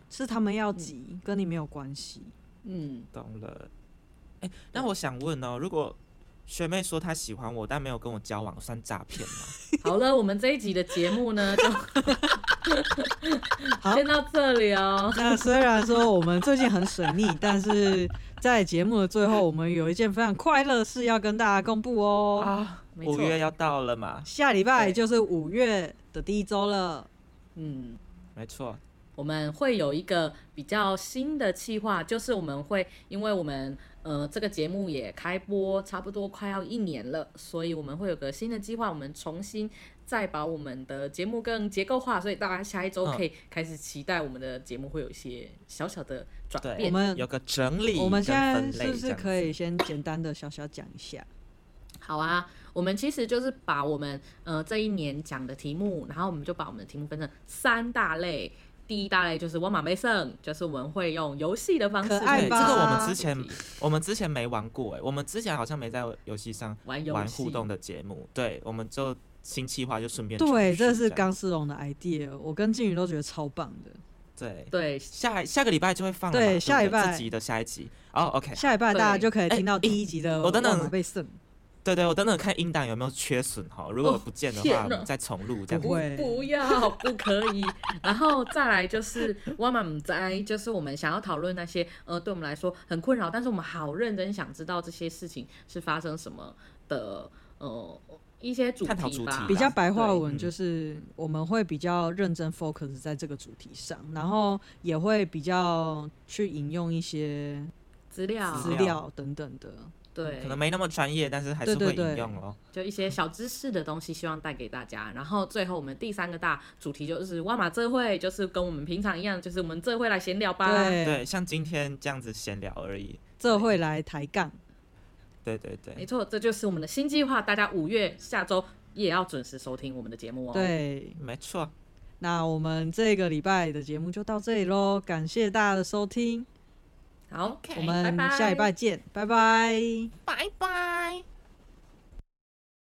[SPEAKER 1] 是他们要急，跟你没有关 系。
[SPEAKER 2] 嗯，
[SPEAKER 3] 懂了。哎、那我想问哦，如果学妹说她喜欢我，但没有跟我交往，算诈骗吗？
[SPEAKER 2] 好了，我们这一集的节目呢，就
[SPEAKER 1] 好
[SPEAKER 2] 先到这里哦。
[SPEAKER 1] 那虽然说我们最近很水逆，但是在节目的最后，我们有一件非常快乐的事要跟大家公布哦。
[SPEAKER 3] 啊，
[SPEAKER 2] 没
[SPEAKER 3] 五
[SPEAKER 2] 错
[SPEAKER 3] 月要到了嘛，
[SPEAKER 1] 下礼拜
[SPEAKER 2] 对
[SPEAKER 1] 就是五月的第一周了，
[SPEAKER 2] 嗯，
[SPEAKER 3] 没错，
[SPEAKER 2] 我们会有一个比较新的计划，就是我们会，因为我们呃这个节目也开播差不多快要一年了，所以我们会有个新的计划，我们重新再把我们的节目更结构化，所以大家下一周
[SPEAKER 3] 嗯
[SPEAKER 2] 可以开始期待我们的节目会有一些小小的转
[SPEAKER 3] 对，
[SPEAKER 1] 我
[SPEAKER 2] 变。
[SPEAKER 1] 们
[SPEAKER 3] 有个整理，
[SPEAKER 1] 嗯我们现在是不是
[SPEAKER 3] 以？
[SPEAKER 1] 可以先简单的小小讲一下？
[SPEAKER 2] 好啊，我们其实就是把我们呃这一年讲的题目，然后我们就把我们的题目分成三大类。第一大类就是我马没胜，就是我们会用游戏的方式
[SPEAKER 1] 可
[SPEAKER 2] 去
[SPEAKER 1] 爱
[SPEAKER 3] 对，这个我
[SPEAKER 1] 吧
[SPEAKER 3] 们之前我们之前没玩过哎，我们之前好像没在游戏上
[SPEAKER 2] 玩游戏
[SPEAKER 3] 玩互动的节目，对，我们就新计划就顺便
[SPEAKER 1] 对，
[SPEAKER 3] 尝试
[SPEAKER 1] 这是
[SPEAKER 3] 样
[SPEAKER 1] 钢丝龙的 idea，我跟静宇都觉得超棒的。
[SPEAKER 3] 对
[SPEAKER 2] 对
[SPEAKER 3] 下下个礼拜就会放了嘛
[SPEAKER 1] 对
[SPEAKER 3] 对不对，
[SPEAKER 1] 下礼拜
[SPEAKER 3] 这集的下一集哦，OK，
[SPEAKER 1] 下礼拜大家
[SPEAKER 2] 对
[SPEAKER 1] 就可以
[SPEAKER 3] 哎
[SPEAKER 1] 听到第一集的
[SPEAKER 3] 我等等
[SPEAKER 1] 万马被胜，
[SPEAKER 3] 对对，我等等看音档有没有缺损哈，如果
[SPEAKER 2] 哦
[SPEAKER 3] 不见的
[SPEAKER 2] 天
[SPEAKER 3] 话，我
[SPEAKER 2] 哪
[SPEAKER 3] 们再重录这样
[SPEAKER 1] 不
[SPEAKER 3] 子。
[SPEAKER 1] 会
[SPEAKER 2] 不要，不可以。 然后再来就是我满在，就是我们想要讨论那些呃，对我们来说很困扰，但是我们好认真想知道这些事情是发生什么的呃一些主
[SPEAKER 3] 探讨
[SPEAKER 2] 题
[SPEAKER 3] 主
[SPEAKER 2] 吧。
[SPEAKER 3] 题
[SPEAKER 1] 比较白话
[SPEAKER 2] 对
[SPEAKER 1] 文
[SPEAKER 3] 啊嗯
[SPEAKER 1] 就是我们会比较认真 focus 在这个主题上，然后也会比较去引用一些
[SPEAKER 2] 资料，
[SPEAKER 3] 啊
[SPEAKER 1] 资料等等的。
[SPEAKER 2] 对，
[SPEAKER 3] 可能没那么专业，但是还是
[SPEAKER 1] 对
[SPEAKER 3] 会
[SPEAKER 1] 对对
[SPEAKER 3] 引用哦。
[SPEAKER 2] 就一些小知识的东西，希望带给大家。然后最后我们第三个大主题就是万马这会，就是跟我们平常一样，就是我们这会来闲聊吧。
[SPEAKER 1] 对，
[SPEAKER 3] 对，像今天这样子闲聊而已。
[SPEAKER 1] 这会来抬杠。
[SPEAKER 3] 对对
[SPEAKER 2] 没
[SPEAKER 3] 对，
[SPEAKER 2] 错，这就是我们的新计划，大家五月下周也要准时收听我们的节目哦。，
[SPEAKER 1] 对，
[SPEAKER 3] 没错，
[SPEAKER 1] 那我们这个礼拜的节目就到这里喽，感谢大家的收听，
[SPEAKER 2] 好，
[SPEAKER 1] 我们下礼
[SPEAKER 2] 哎拜拜
[SPEAKER 1] 拜见，拜拜
[SPEAKER 4] 拜拜。